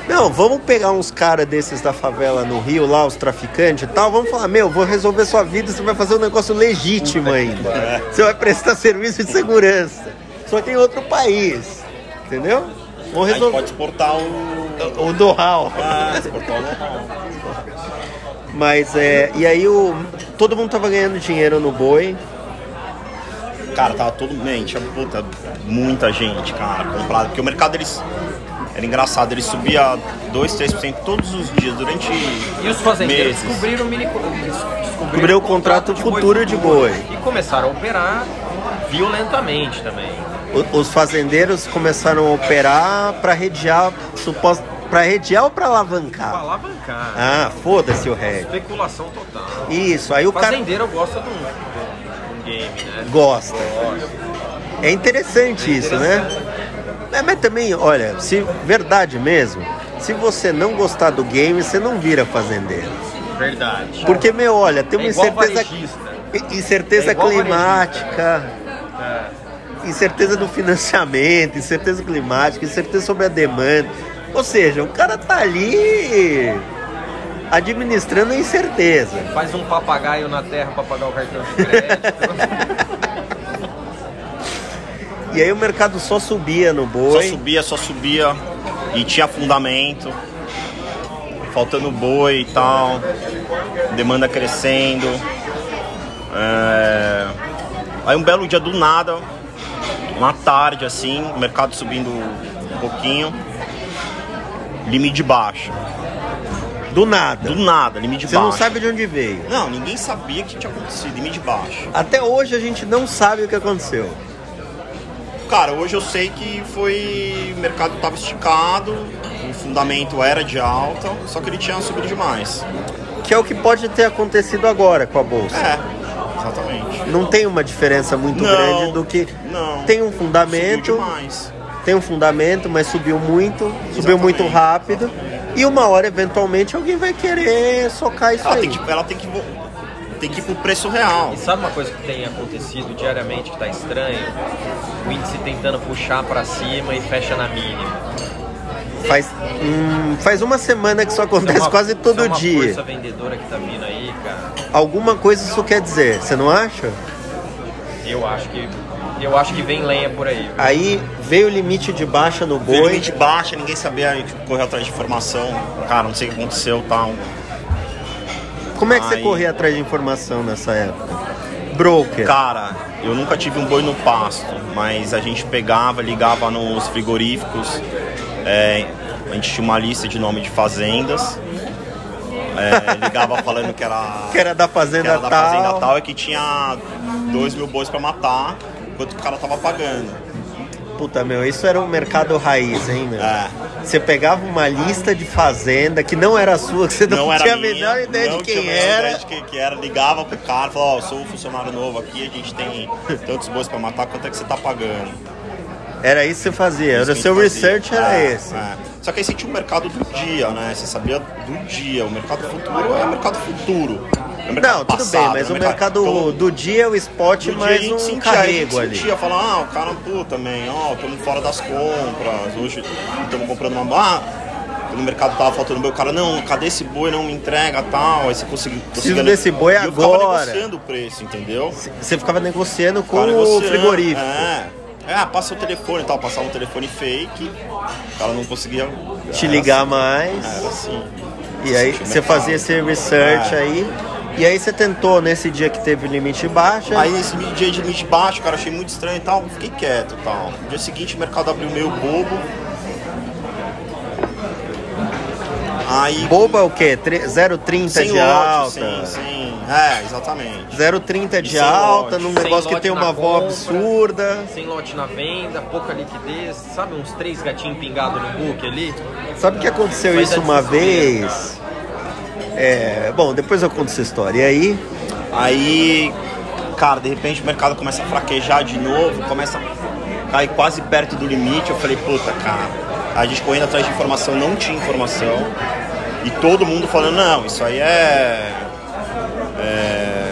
Não, vamos pegar uns caras desses da favela no Rio, lá, os traficantes e tal, vamos falar, meu, vou resolver sua vida, você vai fazer um negócio legítimo ainda. Você vai prestar serviço de segurança. Só que em outro país. Entendeu? Vou A gente resolver. pode exportar o. O know-how. Ah, exportar o know-how. Mas é. E aí o. Todo mundo tava ganhando dinheiro no boi. Cara, tava todo bem, tinha puta, muita gente, cara, comprada. Porque o mercado eles. Era engraçado, ele subia 2, 3% todos os dias durante. E os fazendeiros meses. descobriram o mini. descobriram Descobriram o contrato futuro de boi. E começaram a operar violentamente também. O- os fazendeiros começaram a operar para redear, suposto, para redear ou para alavancar? Alavancar. Ah, foda-se o head. Especulação total. Isso, aí o cara Fazendeiro gosta de um, de um game, né? gosta. É interessante isso, né? É, mas também, olha, se verdade mesmo, se você não gostar do game, você não vira fazendeiro. Verdade. Porque, meu, olha, tem É uma igual incerteza, varejista. i- incerteza É igual climática, É. incerteza do financiamento, incerteza climática, incerteza sobre a demanda. Ou seja, o cara tá ali administrando a incerteza. Faz um papagaio na terra pra pagar o cartão de crédito. E aí o mercado só subia no Só boi. subia, só subia. E tinha fundamento. Faltando boi e tal. Demanda crescendo. É, Aí um belo dia do nada, uma tarde assim, o mercado subindo um pouquinho. Limite de baixo. Do nada. Do nada, limite de Você baixo. não sabe de onde veio. Não, ninguém sabia o que tinha acontecido, limite de baixo. Até hoje a gente não sabe o que aconteceu. Cara, hoje eu sei que foi. O mercado estava esticado, o fundamento era de alta, só que ele tinha subido demais. Que é o que pode ter acontecido agora com a bolsa. É, exatamente. Não tem uma diferença muito Não, grande do que. não. Tem um Subiu fundamento, demais. tem um fundamento, mas subiu muito, subiu Exatamente, muito rápido. E uma hora, eventualmente, alguém vai querer socar isso Ela aí. Ah, tem que, ela tem que, vo- tem que ir pro preço real. e sabe uma coisa que tem acontecido diariamente que tá estranho? O índice tentando puxar pra cima e fecha na mínima. é Faz, hum, faz uma semana que isso Isso é acontece uma- quase isso todo é uma dia. força vendedora que tá vindo aí, cara. Alguma coisa isso quer dizer, você não acha? Eu acho que. Eu acho que vem lenha por aí. Aí veio o limite de baixa no Veio boi. limite baixa, ninguém sabia aí, correr atrás de informação. Cara, não sei o que aconteceu tá, um tal. Como é que você Aí. corria atrás de informação nessa época? Broker. Cara, eu nunca tive um boi no pasto, mas a gente pegava, ligava nos frigoríficos, é, a gente tinha uma lista de nome de fazendas, é, ligava falando que era, Que era da fazenda que era da tal. fazenda tal e que tinha dois mil bois pra matar, enquanto o cara tava pagando. Puta, meu, isso era um mercado raiz, hein, meu? É. Você pegava uma lista de fazenda que não era sua, que você não, Não era tinha minha, a menor ideia não de tinha quem a menor era. ideia de quem que era, ligava pro cara, falava, ó, eu sou um funcionário novo aqui, a gente tem tantos bois pra matar, quanto é que você tá pagando? Era isso que você fazia, Isso era o que seu a gente fazia. research era É, esse. é. Só que aí você tinha o mercado do dia, né? Você sabia do dia. O mercado futuro é o mercado futuro. É o mercado Não, tudo passado, bem, mas é o mercado Então, do dia é o spot do dia a mais gente um sentia, carrego a ali. gente sentia, falava, ah, o cara, pô, também, ó, estamos fora das compras, hoje estamos comprando uma barra, no mercado tava faltando boi, o cara, não, cadê esse boi, não me entrega, tal, aí você conseguiu... conseguia- desse boi E Eu agora. ficava negociando o preço, entendeu? Você ficava negociando com Cara, o negociando, frigorífico. É. É, passa o telefone e tal, passava um telefone fake, o cara não conseguia. Te era ligar assim, mais. Era assim. E aí Sentia você mercado. fazia esse research É. aí. E aí você tentou nesse dia que teve limite baixo. Aí nesse dia de limite baixo, cara, achei muito estranho e tal, fiquei quieto e tal. No dia seguinte o mercado abriu meio bobo. Aí. Boba é o quê? Tre- 0,30 sem de lote, alta. Sim, sim. É, exatamente. 0,30 de Sem alta, lote. num Sem negócio que lote tem na uma avó compra. absurda. Sem lote na venda, pouca liquidez, sabe uns três gatinhos pingados no book ali? Sabe o que aconteceu Vai isso dar uma desespero, vez? É, bom, depois eu conto essa história. E aí, Aí, cara, de repente o mercado começa a fraquejar de novo, começa a cair quase perto do limite. Eu falei, puta, cara, a gente correndo atrás de informação, não tinha informação. E todo mundo falando, não, isso aí é. é,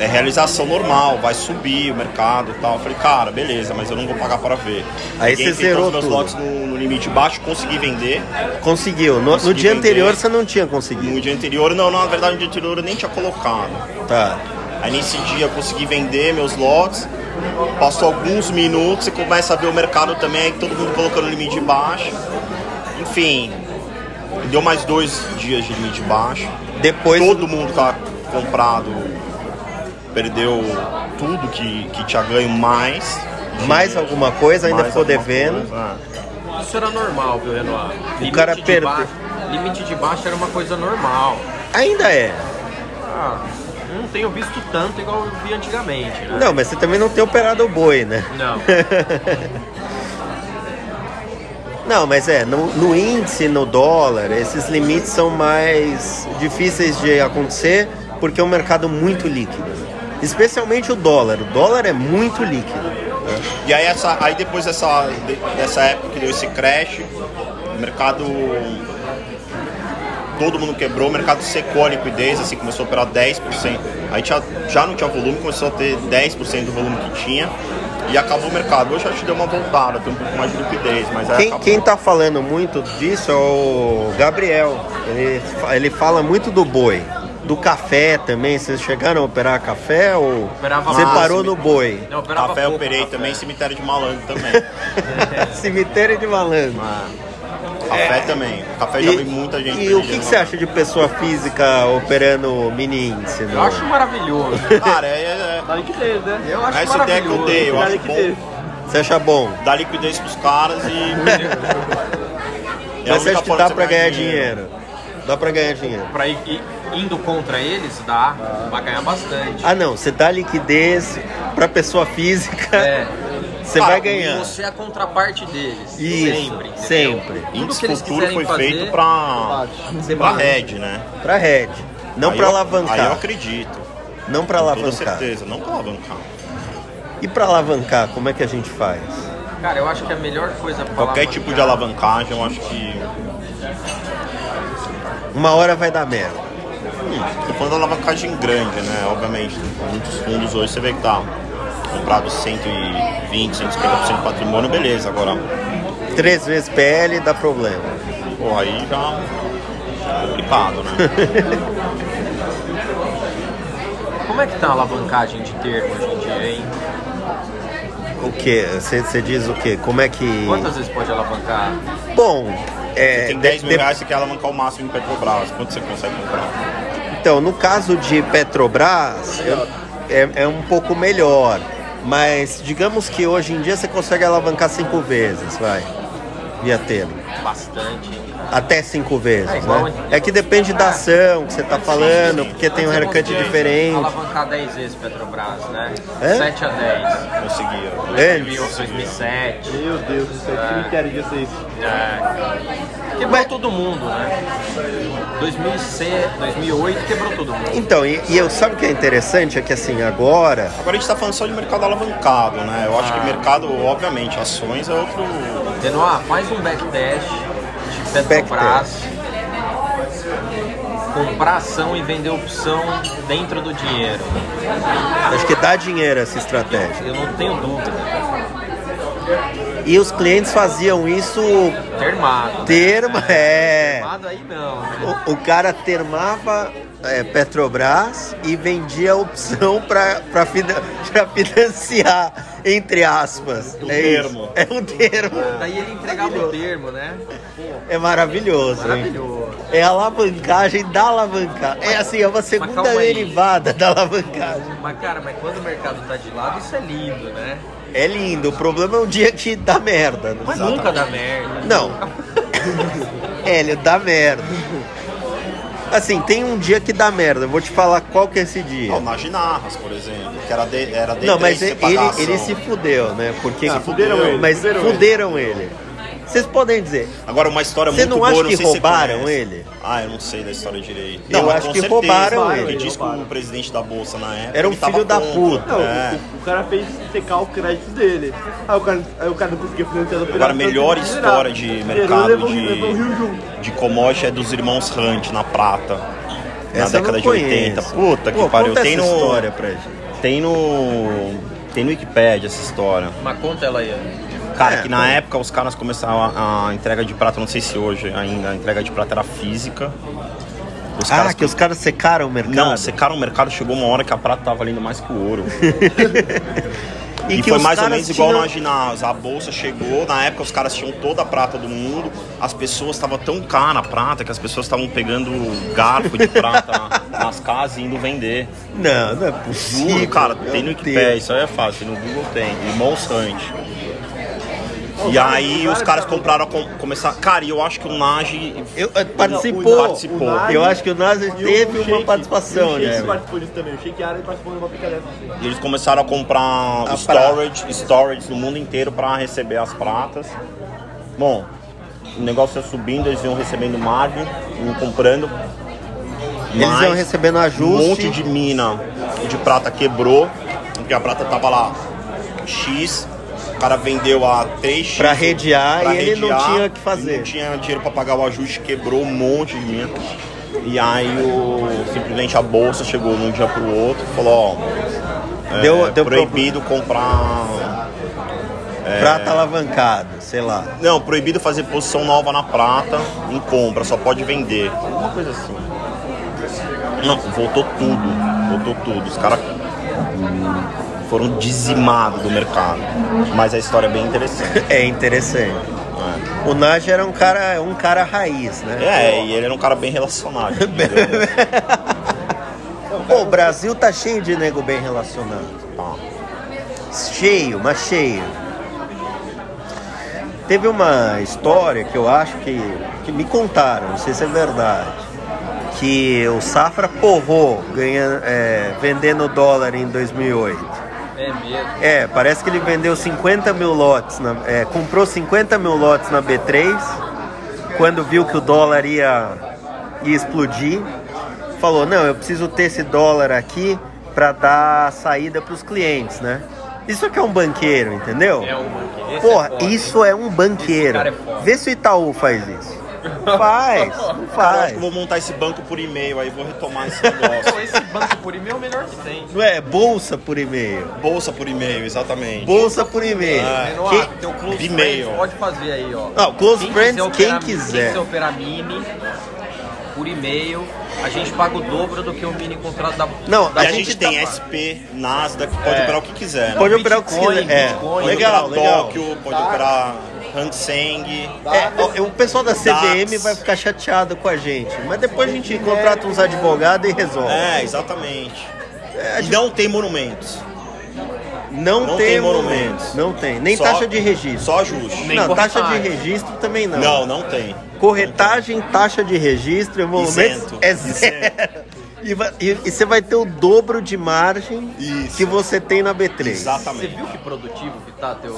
é realização normal, vai subir o mercado e tal. Eu falei, cara, beleza, mas eu não vou pagar para ver. Aí você fez zerou os meus tudo. lotes no, no limite baixo, consegui vender. Conseguiu. No, no Consegui dia vender. anterior você não tinha No conseguido. dia anterior, não, não, na verdade no dia anterior eu nem tinha colocado. Tá. Aí nesse dia eu consegui vender meus lotes. Passou alguns minutos e começa a ver o mercado também, aí todo mundo colocando limite baixo. Enfim, deu mais dois dias de limite baixo. Depois. Todo mundo tá comprado, perdeu tudo que, que tinha ganho mais. Mais alguma coisa, ainda Mais ficou alguma devendo. coisa, é. Isso era normal, viu, Renoir? Limite cara de perde- baixo- Limite de baixo era uma coisa normal. Ainda é. Ah, eu não tenho visto tanto igual eu vi antigamente, né? Não, mas você também não tem operado o boi, né? Não. Não, mas é, no, no índice, no dólar, esses limites são mais difíceis de acontecer porque é um mercado muito líquido. Especialmente o dólar. O dólar é muito líquido. E aí, essa, aí depois dessa, de- dessa época que deu esse crash, o mercado. Todo mundo quebrou, o mercado secou a liquidez, assim, começou a operar 10%. Aí tinha, já não tinha volume, começou a ter 10% do volume que tinha. E acabou o mercado. Hoje acho que deu uma voltada, tem um pouco mais de liquidez, mas aí Quem, acabou. quem tá falando muito disso é o Gabriel. Ele, fa- ele fala muito do boi. Do café também. Vocês chegaram a operar café ou Operava você mais. parou no boi? Não, operava Café eu pouco, operei café. também, cemitério de malandro também. É. Cemitério de malandro. Ah, Café também. Café já vi muita gente. e o que, perdendo. que você acha de pessoa física operando mini índice? no- Eu acho maravilhoso. Cara, é, é, Tá liquidez, né? Eu acho Essa ideia que eu maravilhoso. dei, eu Tá acho bom. liquidez. Você acha bom? dá liquidez pros caras e. É a Mas você única acha que forma dá de pra ganhar dinheiro? Dá pra ganhar dinheiro. Pra ir, ir- indo contra eles, dá. Vai ganhar bastante. Ah não, você dá liquidez pra pessoa física, É. você Cara, vai ganhar. Você é a contraparte deles. Isso, sempre. entendeu? sempre. Tudo Índice que eles futuro quiserem foi fazer, feito pra, Você pra bate. head, né? Pra head. Não Aí pra eu- alavancar. Aí eu acredito. Não pra Com toda alavancar. certeza, não pra alavancar. E pra alavancar, como é que a gente faz? Cara, eu acho que é a melhor coisa pra Qualquer alavancar- tipo de alavancagem, eu acho que. Uma hora vai dar merda. Hum, tô falando da alavancagem grande, né? Obviamente, muitos fundos hoje você vê que tá comprado 120, 150% do patrimônio, beleza. Agora, Três vezes PL dá problema. pô, aí já. é complicado, né? Como é que tá a alavancagem de termo hoje em dia, hein? O que? Você você diz o quê? Como é que. Quantas vezes pode alavancar? Bom, é. Tem 10 de- mil reais, você quer alavancar o máximo em Petrobras. Quanto você consegue comprar? Então, no caso de Petrobras, eu- é, é um pouco melhor. Mas digamos que hoje em dia você consegue alavancar cinco vezes, vai. Via termo. Bastante, hein? Até cinco vezes, É igual né? onde- É que depende da ação que você tá falando, então, sim. é porque tem um Antes eu haircut né? consegui diferente. Alavancar 10 vezes Petrobras, né? Hã? 7 a 10. Conseguia. Antes. 2000, 2007. Meu Deus do céu, que cemitério de vocês. É. Quebrou Mas- todo mundo, né? 2007, 2008 quebrou todo mundo. Então, e, e eu sabe o que é interessante? É que assim, agora. Agora a gente tá falando só de mercado alavancado, né? Eu Ah. acho que mercado, obviamente, ações é outro. Renoir, faz um backtest de Petrobras. Comprar ação e vender opção dentro do dinheiro. Acho que dá dinheiro essa estratégia. Eu não tenho dúvida. E os clientes faziam isso Termado. né? termo. É. Termado aí não. né? O, o cara termava é, Petrobras e vendia a opção para financiar, entre aspas. Um é termo. isso. É um termo. Daí ele entregava o termo, né? É maravilhoso, hein? Maravilhoso. É a alavancagem da alavancagem. É assim, é uma segunda calma aí. derivada da alavancagem. Mas cara, mas quando o mercado tá de lado, isso é lindo, né? É lindo. O problema é o dia que dá merda. né? Mas nunca dá merda. Não. Hélio, dá merda. Assim, tem um dia que dá merda. Eu vou te falar qual que é esse dia. Ó, na Ginarras, por exemplo, que era de, era de Não, mas ele, ele se fudeu, né? Porque Ah, fuderam ele, mas fuderam fuderam, ele. ele. Vocês podem dizer, Agora uma história Você muito não acha boa, não que sei se você roubaram conhece. ele? Ah, eu não sei da história direito. Eu mas acho com que roubaram porque ele. diz que Roubaram. o presidente da bolsa na época Era um ele tava filho da contra. puta. Não, É. o, o cara fez secar o crédito dele. Aí o cara, aí o cara não conseguia financiar do Agora, a melhor história de mercado um- levou, levou o Rio junto. de, de commodity é dos irmãos Hunt, na Prata. na Essa eu década não de 80. conheço. Puta que Pô, pariu. conta Tem essa no, história pra gente. tem no. Tem no Wikipedia essa história. Mas conta ela aí. Ana. Cara, É, que na tá. época os caras começaram a, a entrega de prata, não sei se hoje ainda, a entrega de prata era física. Os Ah, que os caras secaram o mercado? Não, secaram o mercado, chegou uma hora que a prata tava valendo mais que o ouro. E, que foi os mais ou caras menos igual tinham- na ginásio. A bolsa chegou, na época os caras tinham toda a prata do mundo, as pessoas estavam tão cara a prata que as pessoas estavam pegando garfo de prata na- nas casas e indo vender. Não, não é Juro, possível. cara, tem no Meu Wikipedia, Deus. isso aí é fácil, no Google tem, e Monsanto. E aí os caras compraram a com- começar. Cara, e eu acho que o Nage. Eu, eh, o- participou. participou. o Nage- Eu acho que o Nazi E o teve uma Sheik- e participação, O Sheik né? participou disso também. O Sheik Arab participou de uma picareta. E eles começaram a comprar A storage, storage no mundo inteiro para receber as pratas. Bom, o negócio ia subindo, eles iam recebendo margem, iam comprando. Eles Mas iam recebendo Um ajuste. monte de mina de prata quebrou, porque a prata tava lá X, o cara vendeu a 3X. Pra redear, e ele não tinha o que fazer. ele Não tinha dinheiro pra pagar o ajuste, quebrou um monte de mina. E aí o, simplesmente a bolsa chegou de um dia pro outro e falou, ó, é, Deu, deu proibido comprar. pro- É. prata alavancada, sei lá. Não, proibido fazer posição nova na prata em compra, só pode vender. Uma coisa assim. Não, voltou tudo. Voltou tudo. Os caras hum, foram dizimados do mercado. Mas a história é bem interessante. É interessante. né? O Nage era um cara, um cara raiz, né? É, e ele era um cara bem relacionado. entendeu? Pô, o Brasil tá cheio de nego bem relacionado. Tá. Cheio, mas cheio. Teve uma história que eu acho que, que me contaram, não sei se é verdade. Que o Safra porrou ganha, é, vendendo dólar em 2008. É mesmo. É, parece que ele vendeu 50 mil lotes, na- é, comprou 50 mil lotes na B3, quando viu que o dólar ia, ia explodir, falou, não, eu preciso ter esse dólar aqui para dar saída para os clientes, né? Isso aqui é um banqueiro, entendeu? É uma aqui. Esse Porra, é foda. isso é um banqueiro. cara é foda. Vê se o Itaú faz isso. Faz, não Cara, eu acho faz. que eu vou montar esse banco por e-mail, aí vou retomar esse negócio. Então, esse banco por e-mail é o melhor que tem. Não é bolsa por e-mail. Bolsa por e-mail, exatamente. Bolsa por e-mail. Ah, Menor, Que- teu close e-mail. friends pode fazer aí, ó. Ah, o close friends, quem operar- quiser. Quem quiser operar mini, por e-mail, a gente paga o dobro do que o mini contrato da Não, da E a A gente, gente tem tá- É. SP, Nasdaq, pode operar o que quiser. né? Pode operar o que Bitcoin, quiser. É, Bitcoin, legal, pode legal. Tá. Tóquio, pode operar Hang Seng. É, ó, o pessoal da CVM Dados. vai ficar chateado com a gente, mas depois a gente contrata uns advogados e resolve. É, exatamente. É, E não tem monumentos. não, não tem, tem monumento, monumentos. Não tem, nem Só- taxa de registro. Só ajuste. Nem não, taxa de corretagem. registro também não. Não, não tem. Corretagem, taxa de registro e monumentos Isento. é zero. E, vai- e- e você vai ter o dobro de margem Isso. que você tem na B3. Você Exatamente. viu que produtivo que tá teu,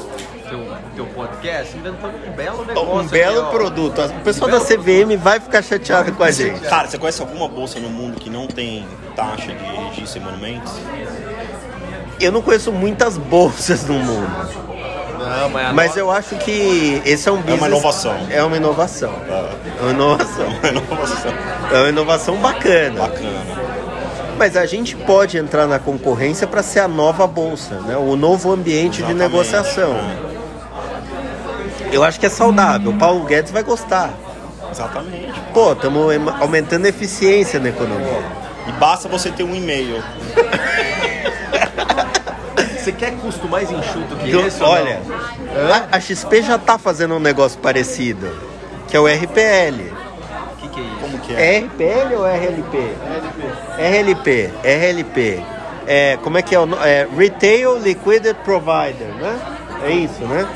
teu, teu podcast? Inventando um belo negócio. Um aqui, belo ó. produto. O pessoal Um da belo CVM vai ficar chateado com a gente. Cara, você conhece alguma bolsa no mundo que não tem taxa de registro e monumentos? Eu não conheço muitas bolsas no mundo. Não, mas, a Mas nossa- eu acho que esse é um business... inovação. É uma inovação. É uma inovação. Nossa, É uma inovação bacana. bacana. Mas a gente pode entrar na concorrência para ser a nova bolsa, né? O novo ambiente de Exatamente. negociação. Eu acho que é saudável. O Paulo Guedes vai gostar. É, Exatamente. Pô, estamos aumentando a eficiência na economia. E basta você ter um e-mail. Você quer custo mais enxuto que Então, esse? ou olha, não? a, a XP já tá fazendo um negócio parecido, que é o RPL. O que, que é isso? Como que é? É RPL ou RLP? RLP. RLP, É, como é que é o nome? É, Retail Liquided Provider, né? É isso, né?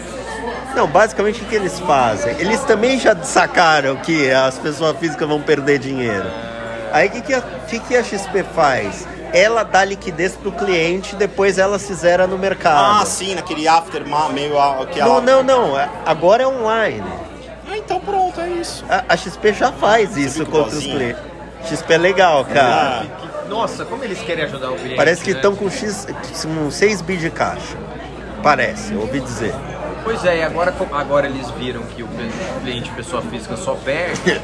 Não, basicamente o que eles fazem? Eles também já sacaram que as pessoas físicas vão perder dinheiro. Aí o que, que, a- o que, que a XP faz? Ela dá liquidez pro cliente, depois ela se zera no mercado. Ah, sim, naquele after ma- meio a- que não, ela- não, não. Agora é online. Ah, então pronto, é isso. A, a XP já faz isso viu que contra os boazinha? clientes. XP é legal, cara. Ah. Que- Nossa, como eles querem ajudar o cliente? Parece que né? estão com X, com 6 bi de caixa. Parece, eu ouvi dizer. Pois é, e agora, co- agora eles viram que o pe- cliente pessoa física só perde.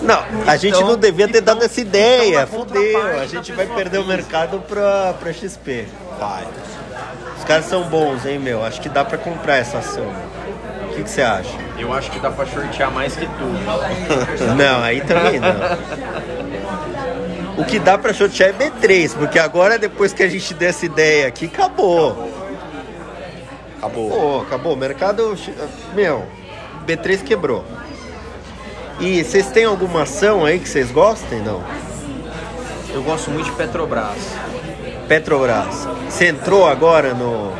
Não, a gente não devia ter dado essa ideia. então na Fudeu, contraparte a gente da vai pessoa perder o física. mercado pra, pra XP. Vai. Os caras são bons, hein, meu? Acho que dá pra comprar essa ação. O que que você acha? Eu acho que dá pra shortear mais que tudo. Não, aí também não. O que dá pra sortear é B3, porque agora depois que a gente der essa ideia aqui, acabou. Acabou. Acabou, acabou. O mercado, meu, B3 quebrou. E vocês têm alguma ação aí que vocês gostem, não? Eu gosto muito de Petrobras. Petrobras. Você entrou agora no.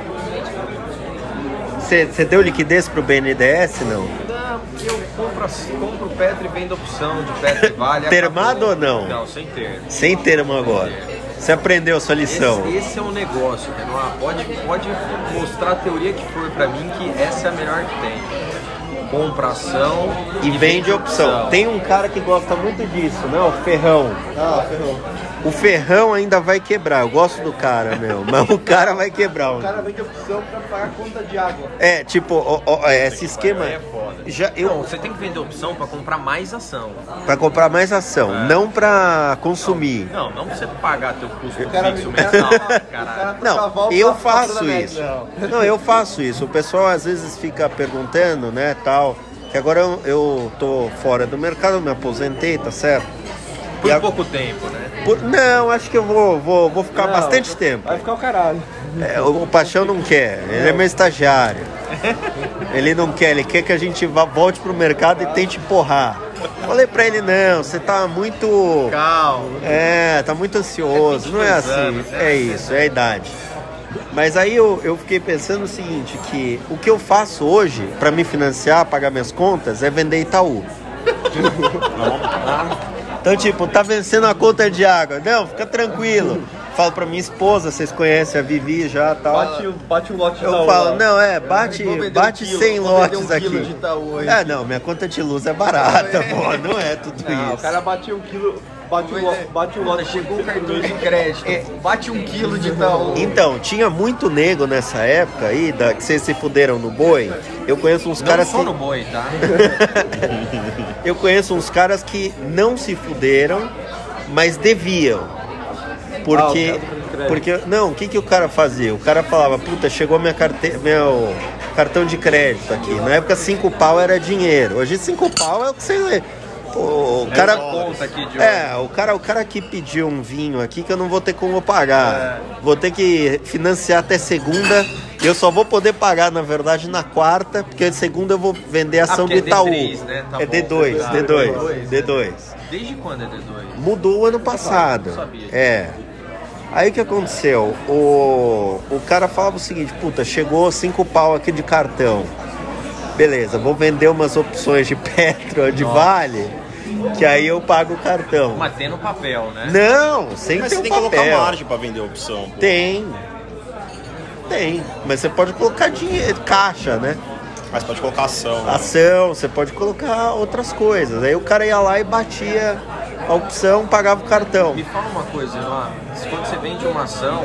Você você deu liquidez pro BNDES, não? Não, eu compro, assim, compro Petro e vendo a opção de Petro e Vale. Termado acabou. ou não? Não, sem termo. Sem termo agora. Você aprendeu a sua Esse, lição. esse é um negócio, Renoir. Pode, pode mostrar a teoria que for pra mim que essa é a melhor que tem. Compra ação E vende opção. Tem um cara que gosta muito disso, não? O Ferrão. Ah, ferrou. O Ferrão ainda vai quebrar. Eu gosto do cara, meu. Mas o cara vai quebrar. O mano. cara vende opção pra pagar conta de água. É, tipo, ó, ó, ó, esse esquema. É foda. Já, Não, eu, você tem que vender opção pra comprar mais ação. pra comprar mais ação, É. não pra consumir. Não, não pra você pagar teu custo cara- fixo o cara- mensal, cara- caralho. Não, Carnaval eu pra- pra faço toda a isso. América, Não, eu faço isso. O pessoal às vezes fica perguntando, né, tal. Que agora eu, eu tô fora do mercado, eu me aposentei, tá certo? Por E a- pouco tempo, né? por- não, acho que eu vou, vou, vou ficar Não, bastante tempo. Vai ficar o caralho. É, o, o Paixão não quer, ele é meu estagiário. Ele não quer, ele quer que a gente vá, volte pro mercado e tente porrar. Falei pra ele, não, você tá muito. Calma. É, tá muito ansioso, É não é 22 assim. anos, né? É isso, é a idade. Mas aí eu, eu fiquei pensando o seguinte, que o que eu faço hoje pra me financiar, pagar minhas contas, é vender Itaú. Então, tipo, tá vencendo a conta de água. Não, fica tranquilo. Falo pra minha esposa, vocês conhecem a Vivi já tá e tal. Bate, o- bate um lote de Eu Itaú falo, lá. não, é, bate, Vou vender bate um quilo, 100 vou vender um lotes quilo aqui. de Itaú aí. Ah, não, minha conta de luz é barata, pô, não é tudo Ah, o isso. cara bate um quilo. Bate um, lo, bate um lote. Chegou o cartão de crédito. É. Bate um quilo de tal. Então, tinha muito nego nessa época aí, da, que vocês se fuderam no boi. Eu conheço uns Não caras só que, no boi, tá? eu conheço uns caras que não se fuderam, mas deviam. Porque Ah, o cartão de crédito. porque não, o que que o cara fazia? O cara falava: "Puta, chegou minha carte... meu cartão de crédito aqui". Na época cinco pau era dinheiro. Hoje cinco pau é o que você lê. O É o cara uma conta aqui de É, o cara, o cara que pediu um vinho aqui que eu não vou ter como pagar. É. Vou ter que financiar até segunda. E eu só vou poder pagar, na verdade, na quarta, porque segunda eu vou vender a ação do porque é Itaú. D3, né? Tá é bom. D2, Ah, D2, D2. D2, Desde quando é D2? Mudou ano passado. Não sabia. É. Aí o que aconteceu? O, o cara falava o seguinte, puta, chegou cinco pau aqui de cartão. Beleza, vou vender umas opções de Petro, de Vale, que aí eu pago o cartão. Mas tem no papel, né? Não, sem Mas ter você um tem que papel. colocar margem pra vender a opção. pô. Tem. Tem. Mas você pode colocar dinheiro, caixa, né? Mas pode colocar ação. né? Ação, você pode colocar outras coisas. Aí o cara ia lá e batia a opção, pagava o cartão. Me fala uma coisa, Enoa. Se Quando você vende uma ação,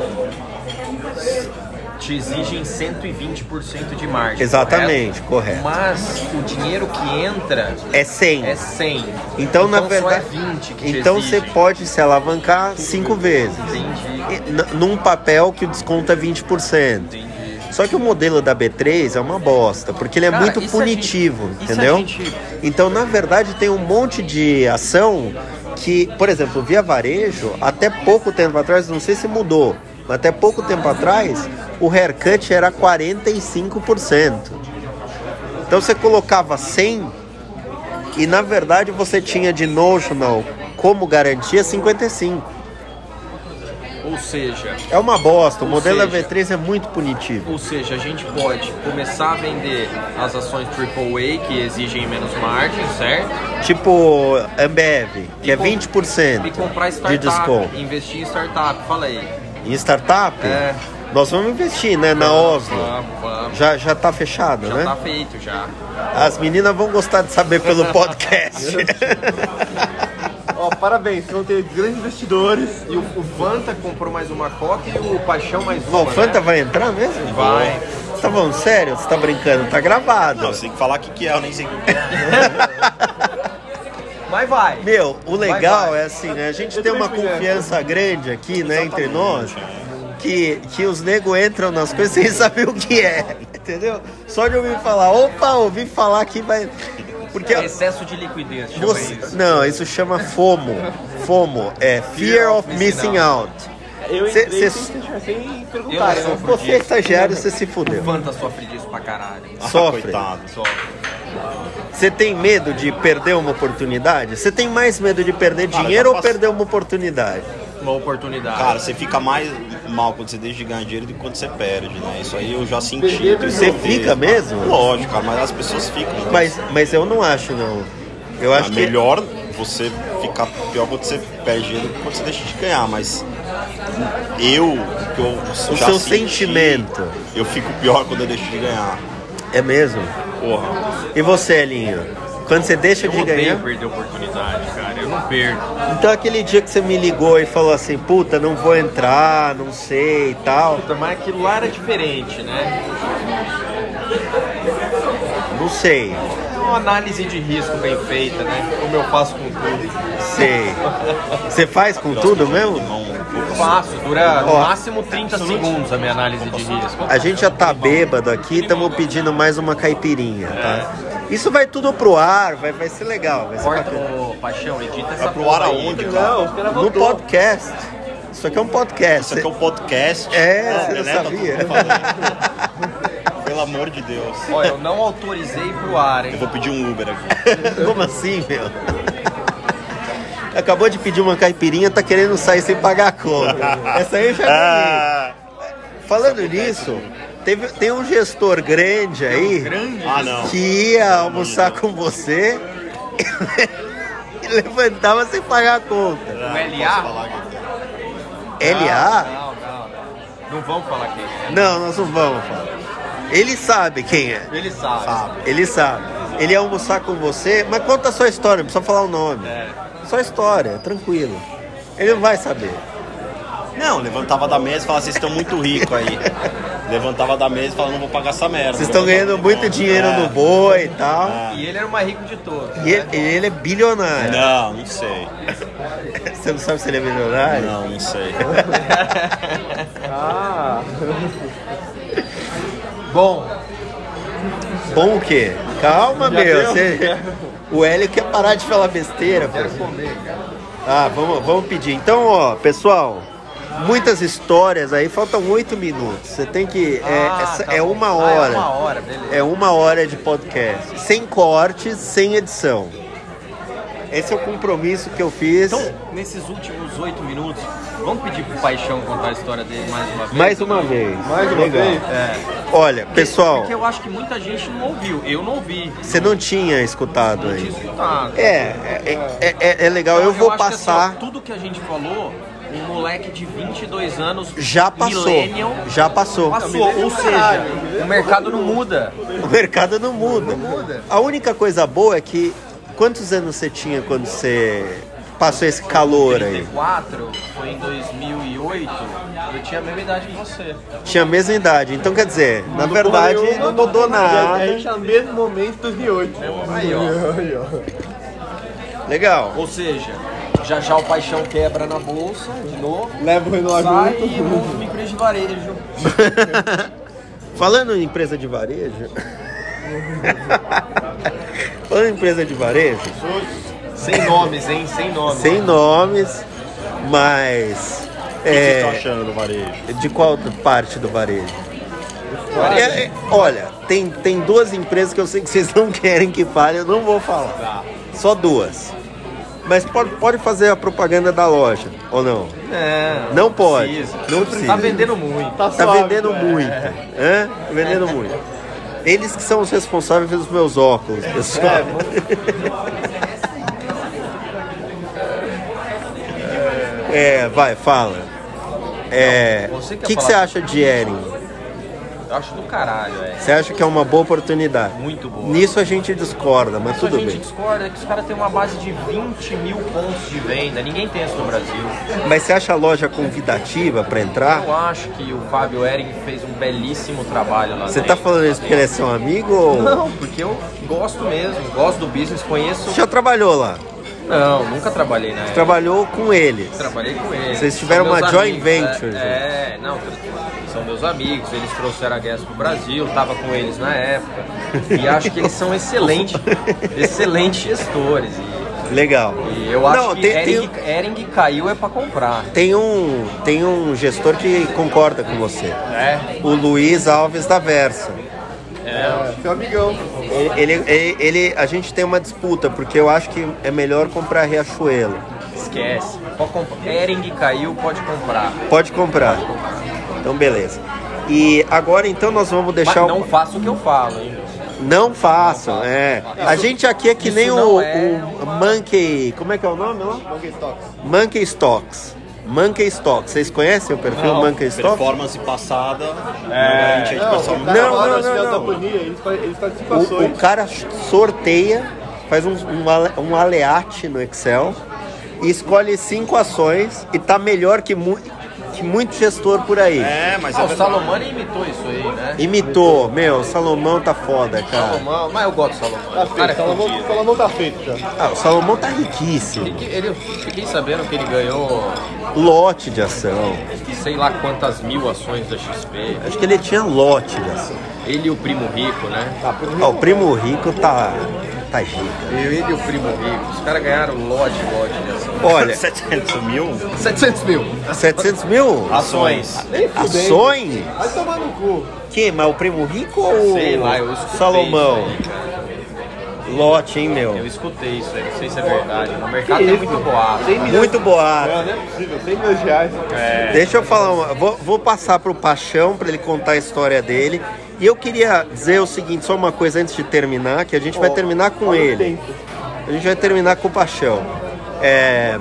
te exigem 120% de margem. Exatamente, correto. Mas o dinheiro que entra É 100. é 100. Então, na verdade. Só é 20 que te então você exigem. pode se alavancar cinco vezes. Entendi, E n- Num papel que o desconto é 20%. entendi. Só que o modelo da B3 é uma bosta, porque ele é Cara, muito isso a punitivo, gente- isso a entendeu? gente- Então, na verdade, tem um monte de ação que, por exemplo, via varejo, até pouco tempo atrás, não sei se mudou, mas até pouco tempo atrás, o haircut era 45%. Então você colocava 100 e na verdade você tinha de notional como garantia 55. Ou seja, É uma bosta, o Ou modelo seja, da V3 é muito punitivo. ou seja, a gente pode começar a vender as ações AAA que exigem menos margem, certo? Tipo Ambev, que é com- E 20% comprar de startup, desconto. investir em startup, fala aí. Em startup, É. nós vamos investir, né? Na Oslo. Vamos, vamos. Já, já tá fechado, Já né? tá feito já. As meninas vão gostar de saber pelo podcast. Ó, parabéns, vão ter grandes investidores. E o, o Fanta comprou mais uma Coca e o Paixão mais uma. Bom, o Fanta né? vai entrar mesmo? Vai. Você tá falando sério? Você tá brincando? Tá gravado. Não, você tem que falar o que, que é, eu nem sei o que que é. mas vai. Meu, o legal Vai, vai. é assim, né? A gente Eu tem uma também fui nessa. confiança grande aqui, né, entre nós, que, que os nego entram nas coisas sem saber o que é, entendeu? Só de ouvir falar, opa, ouvi falar que vai. Porque Excesso de liquidez, chama você- isso. Não, isso chama FOMO. FOMO é Fear of Missing Out. Eu Cê- entrei cê- sem, sem- sem Eu perguntar. né? não Eu sou- Você é estagiário, você se O fudeu. Fanta sofre disso pra caralho. Ah, Sofre. coitado. Só. Você tem medo de perder uma oportunidade? Você tem mais medo de perder Cara, dinheiro ou já passou. perder uma oportunidade? Uma oportunidade. Cara, você fica mais mal quando você deixa de ganhar dinheiro do que quando você perde, né? Isso aí eu já senti. Perder, tenho Você certeza. fica mesmo? Lógico, cara, mas as pessoas ficam. né? Mas, mas eu não acho, não. Eu É acho que. melhor você ficar pior quando você perde dinheiro do que quando você deixa de ganhar, mas eu, o que eu O já seu senti, sentimento. Eu fico pior quando eu deixo de ganhar. É mesmo? Porra. E você, Elinho? Quando você deixa eu de odeio ganhar. perder oportunidade, cara. Eu não perco. Então, aquele dia que você me ligou e falou assim: puta, não vou entrar, não sei e tal. Puta, mas aquilo lá era diferente, né? Não sei, É uma análise de risco bem feita, né? Como eu faço com tudo. sei. Você faz com tudo mesmo? Eu faço, dura no Ó. máximo 30 segundos a minha análise de risco. A gente já tá bêbado aqui, estamos pedindo mais uma caipirinha, tá? Isso vai tudo pro ar, vai, vai ser legal. Vai ser Corta bacana. o paixão, edita essa pro porra ar aí. aonde, cara? não, os caras No voltou. podcast. Isso aqui é um podcast. Isso aqui é um podcast. É, você não né? Tá todo sabia. mundo falando. Pelo amor de Deus. Ó, eu não autorizei pro ar, Eu hein? vou pedir um Uber aqui. Como assim, meu? Acabou de pedir uma caipirinha, tá querendo sair sem pagar a conta. Essa aí eu já Ah, ganhei. Falando nisso, teve, tem um gestor grande aí Ah, não. que ia almoçar com você e levantava sem pagar a conta. O LA? LA? Não, não, não. Não vamos falar quem é. Não, nós não vamos falar. Ele sabe quem é. Ele sabe. Ele sabe. Ele ia almoçar com você, mas conta só a história, não precisa falar o nome. É. Só a história, tranquilo. Ele não vai saber. Não, levantava da mesa e falava, vocês estão muito ricos aí. levantava da mesa e falava, não vou pagar essa É. merda. Vocês estão ganhando muito dinheiro no boi e tal. E ele era o mais rico de todos. né? E ele, ele é bilionário. Não, não sei. Você não sabe se ele é bilionário? Não, não sei. Ah, Bom, Bom o quê? Calma, Já meu. deu? você- O Hélio quer parar de falar besteira, pô. Ah, vamos, vamos pedir. Então, ó, pessoal, muitas histórias aí, faltam oito minutos. Você tem que. É, Ah, essa- tá é bom. uma Ah, hora. é uma hora, beleza. É uma hora de podcast. Sem cortes, sem edição. Esse é o compromisso que eu fiz. Então, nesses últimos oito minutos, vamos pedir pro Paixão contar a história dele mais uma vez? É, mais uma vez. mais uma Legal. vez. Olha, pessoal, Porque eu acho que muita gente não ouviu. Eu não ouvi. você não tinha escutado Não aí. tinha escutado. É, é, é, é- é legal. Eu vou acho que, assim, ó, passar. tudo que a gente falou, um moleque de 22 anos, Já passou. millennial, Já passou. passou. Ou seja, o mercado não muda. O mercado não muda. A única coisa boa é que quantos anos você tinha quando você passou esse calor aí? 34 foi em 2008. Eu tinha a mesma idade que você. Tá Tinha a mesma idade. Então quer dizer, na verdade não mudou é, A nada. É um gente no mesmo momento 2008. Aí, ó. Aí, ó. Legal. Ou seja, já já o paixão quebra na bolsa de novo. Leva o relógio Sai junto. e monta uma empresa de varejo. Falando em empresa de varejo. Falando em empresa de varejo, Sem nomes, hein? Sem nomes. sem nomes, mas. O que vocês estão É, achando do varejo? de qual parte do varejo? Varejo. É, é, olha, tem, tem duas empresas que eu sei que vocês não querem que fale, eu não vou Tá. falar. Só duas. Mas pode, pode fazer a propaganda da loja, ou não? Não, Não pode. É, precisa. Não precisa. Tá vendendo muito. Tá, Tá suave, vendendo é. muito. Hã? Tá Vendendo muito. Eles que são os responsáveis pelos meus óculos, pessoal. É, vai, fala. É, Não, você o quer que, que falar. você acha de Eren? Eu acho do caralho, é. Você acha que é uma boa oportunidade? Muito boa. Nisso a gente discorda, mas Isso a tudo gente bem. discorda é que os caras têm uma base de 20 mil pontos de venda. Ninguém tem isso no Brasil. Mas você acha a loja convidativa pra entrar? Eu acho que o Fábio Ering fez um belíssimo trabalho lá Você tá dentro. falando isso porque ele é seu amigo ou... Não, porque eu gosto mesmo, gosto do business, conheço. Você já trabalhou lá? Não, nunca trabalhei na Hélio. Trabalhou com eles. Trabalhei com eles. Vocês tiveram São uma meus joint amigos, venture É, é, não, tra- são meus amigos, eles trouxeram a Guess pro Brasil, tava com eles na época. E acho que eles são excelentes, excelentes gestores. E, Legal. e eu acho Não, que tem, tem, Ering, Ering caiu é pra comprar. tem um, tem um gestor que concorda com você. É, O Luiz Alves da Versa. É, Seu amigão. Ele, ele, ele- a gente tem uma disputa, porque eu acho que é melhor comprar Riachuelo. esquece. Pode comprar. Ering caiu, pode comprar. Pode comprar. Então, beleza. E agora, então, nós vamos Mas deixar não o... faça o que eu falo, hein? Não façam, é. a gente aqui é que isso nem não o, é o Monkey... Como é que é o nome lá? Monkey Stocks. Monkey Stocks. Vocês conhecem o perfil Monkey Stocks? Performance passada. É. A gente Não, passou o muito. cara Não, fala não, das não, fias da não. Agonia, eles fazem eles fazem O, o situações. cara sorteia, faz um, um, ale- um aleate no Excel e escolhe cinco ações e tá melhor que, mu- que muito gestor por aí. É, mas Ah, é o verdade. Salomani imitou isso aí, né? Imitou, meu, Salomão tá foda, cara. Salomão, mas eu gosto do Salomão. Tá O cara é feito, ela fodido. não, ela não tá feita já. Ah, o Salomão tá riquíssimo. Fiquei- Ele, fiquei sabendo que ele ganhou Lote de ação. sei lá quantas mil ações da XP. Acho que ele tinha lote de ação. Ele e o primo rico, né? Ó, o primo rico tá. tá giga. Ele e o primo rico. Os caras ganharam lote, lote de ações. Olha, 700 mil 700 mil. 700 mil Ah, ações. Nem Tá fudei. ações? Vai tomar no cu. Que? Mas o primo rico ou. Sei lá, eu escutei Salomão. isso aí, cara. Lote, hein, Eu meu? escutei isso aí, não sei se é verdade. O mercado é muito boato. Muito boa. Não, não é possível. 100 milhões de reais. É. Deixa eu falar uma. Vou, vou passar pro Paixão pra ele contar a história dele. E eu queria dizer o seguinte, só uma coisa antes de terminar, que a gente vai terminar com Olha o ele. tempo. A gente vai terminar com o Paixão. É,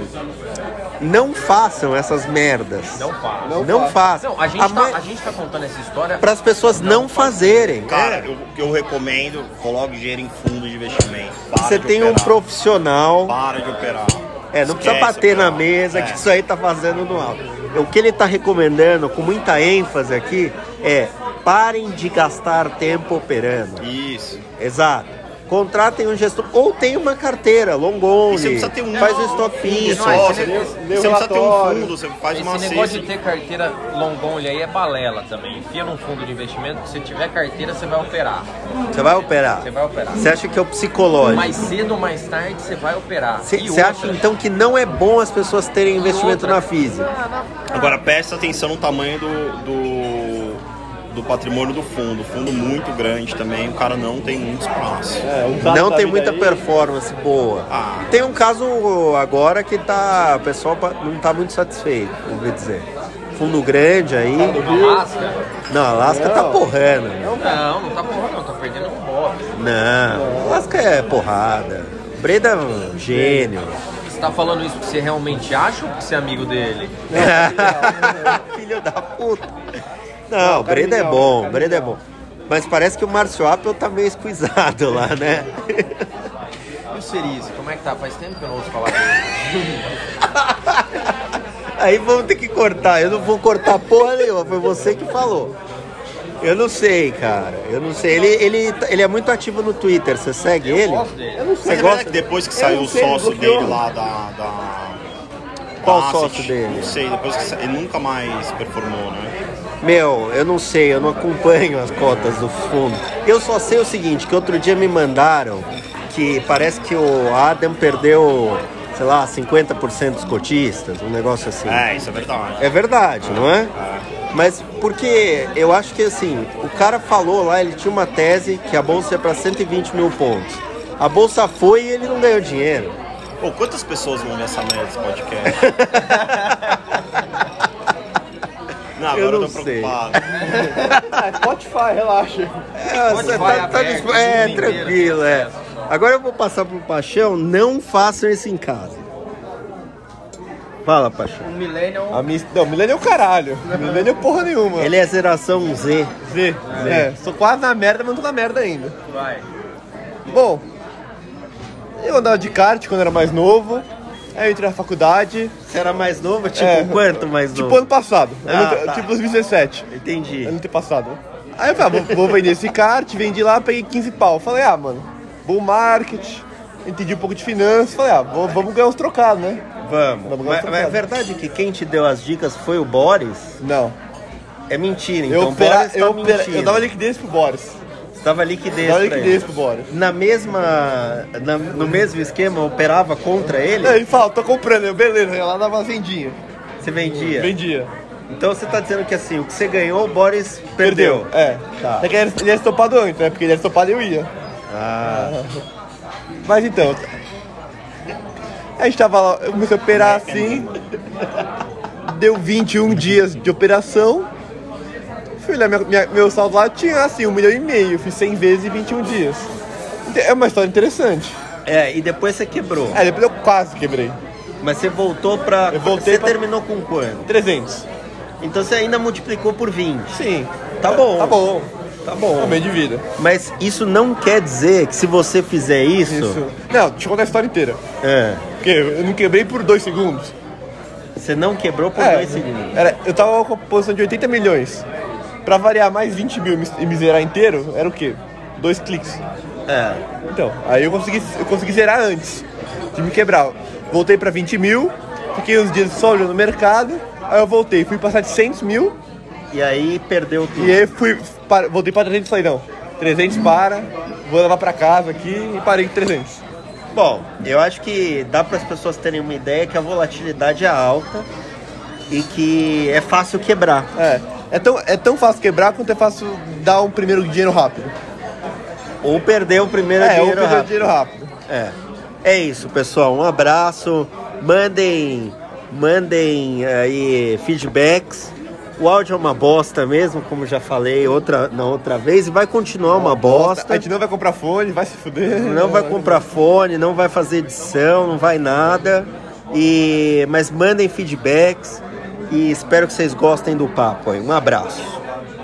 Não façam essas merdas. Não fala. Não, façam. façam. Não, a gente, A tá, me- a gente tá contando essa história. Para as pessoas não, fazerem. Cara, eu- o que eu recomendo, coloque dinheiro em fundo de investimento. Para Você de tem um operar. profissional. Para de operar. É, não precisa Esquece bater na operar. mesa, que É. isso aí tá fazendo no alto. O que ele tá recomendando, com muita ênfase aqui, é parem de gastar tempo operando. Isso. Exato. Contratem um gestor ou tem uma carteira, long E você only, precisa ter um faz um stop Isso, fixo. ó, negócio- você, lê o você não precisa ter um relatório. fundo, você faz uma Esse negócio de cesta. ter carteira longonha aí é balela também. Enfia num fundo de investimento, que se tiver carteira, você vai operar. Você vai operar. Você vai operar. Você acha que é o psicológico? Mais cedo ou mais tarde você vai operar. E Você outra- acha então que não é bom as pessoas terem investimento outra- na física? Agora presta atenção no tamanho do, do, do patrimônio do fundo. Fundo muito grande também, o cara não tem muito espaço. É, um caso Não da tem muita vida aí. performance boa. Ah. Tem um caso agora que tá, o pessoal pa- não tá muito satisfeito, ouvi dizer. Fundo grande aí. Alasca? Tá Não, Alasca tá Não. porrando. Não, não tá porra não, tá perdendo um bob. Não, Alasca é porrada. Breda é um gênio. Você tá falando isso porque você realmente acha ou porque você é amigo dele? é Filho da puta. Não, cara Breda é legal, bom, cara Breda é legal. bom. Mas parece que o Márcio Apple tá meio esquisado lá, né? E o Cerise, como é que tá? Faz tempo que eu não ouço falar dele. Aí vamos ter que cortar. Eu não vou cortar porra nenhuma, foi você que falou. Eu não sei, cara. Eu não sei. Ele, ele, ele é muito ativo no Twitter. Você segue Eu ele? gosto Eu dele. né? não sei. Mas a verdade é que depois que Eu saiu não o sei, sócio bloqueou. dele lá da. da Qual da sócio dele? Não sei, depois que sa... ele nunca mais performou, né? Meu, eu não sei, eu não acompanho as cotas do fundo. Eu só sei o seguinte, que outro dia me mandaram que parece que o Adam perdeu, sei lá, 50% dos cotistas, um negócio assim. É, isso é verdade. É verdade, não é? Mas porque eu acho que assim, o cara falou lá, ele tinha uma tese que a bolsa é para 120 mil pontos. A bolsa foi e ele não ganhou dinheiro. Pô, quantas pessoas vão ver essa merda desse podcast? Não, agora Eu eu, não tô sei. preocupado. Ah, Spotify, relaxa. É, Pode você vai tá- tá aberto, dispo- é, o mundo tranquilo, inteiro tem é. acesso. Agora eu vou passar pro Paixão, não façam isso em casa. Fala, Paixão. Um millennial A minha... Não, milênio é o caralho. Milênio é porra nenhuma. Ele é geração Z. Z. É, sou quase na merda, mas não tô na merda ainda. vai. Bom, eu andava de kart quando era mais novo. Aí eu entrei na faculdade. Você era mais novo? Tipo, É. quanto mais novo? Tipo ano passado. Ah, ano, tá. Tipo 2017. Entendi. Ano passado. Aí eu falei, ah, vou, vou vender esse kart, vendi lá, peguei 15 pau. Falei, ah, mano, bom market, entendi um pouco de finanças, falei, ah, vou- vamos ganhar uns trocados, né? Vamos. Vamos Mas, lá, mas é trocado. verdade que quem te deu as dicas foi o Boris? Não. É mentira, então Eu, pera- Boris tá eu, pera- mentindo. eu dava liquidez pro Boris. Você dava liquidez Dava pra liquidez ele. pro Boris. Na mesma... na- no mesmo esquema, operava contra ele? Aí ele fala, tô comprando, eu, beleza, ia lá dava uma vendinha. Você vendia? Vendia. Então você tá dizendo que assim, o que você ganhou, o Boris perdeu. Perdeu. É. Tá. É que ele era- ele era estopado antes, né? Porque ele era estopado e eu ia. Ah, Mas então. A gente tava lá, eu comecei a operar assim. Deu 21 dias de operação. Fui olhar minha- minha- meu saldo lá, tinha assim, um milhão e meio. Eu Fiz 100 vezes em 21 dias. Inte- É uma história interessante. é, e depois você quebrou. É, depois eu quase quebrei. Mas você voltou pra. Eu voltei você pra- terminou com quanto? 300. Então você ainda multiplicou por 20. Sim. Tá bom. Tá bom. Tá bom. Um meio de vida. Mas isso não quer dizer que se você fizer isso. Isso. Não, deixa eu contar a história inteira. é, Porque eu não quebrei por 2 segundos. você não quebrou por É, dois segundos. era- eu tava com a posição de 80 milhões. Pra variar mais 20 mil e me- e me zerar inteiro, era o quê? Dois cliques. É. Então, aí eu consegui, eu consegui zerar antes de me quebrar. Voltei pra 20 mil, fiquei uns dias só olhando o mercado, aí eu voltei, fui pra 700 mil, E aí perdeu tudo. e aí fui, para, voltei pra 300 e falei, não, 300 para, vou levar pra casa aqui, e parei com 300. Bom, eu acho que dá para as pessoas terem uma ideia que a volatilidade é alta e que é fácil quebrar. É, é tão, é tão fácil quebrar quanto é fácil dar um primeiro dinheiro rápido. Ou perder o primeiro é, um dinheiro primeiro rápido. dinheiro rápido. É. É isso, pessoal. Um abraço. Mandem, mandem aí feedbacks. O áudio é uma bosta mesmo, como já falei outra, na outra vez, e vai continuar uma A bosta. gente não vai comprar fone, vai se fuder. Não vai comprar fone, não vai fazer edição, não vai nada. E mas mandem feedbacks e espero que vocês gostem do papo aí. Um abraço.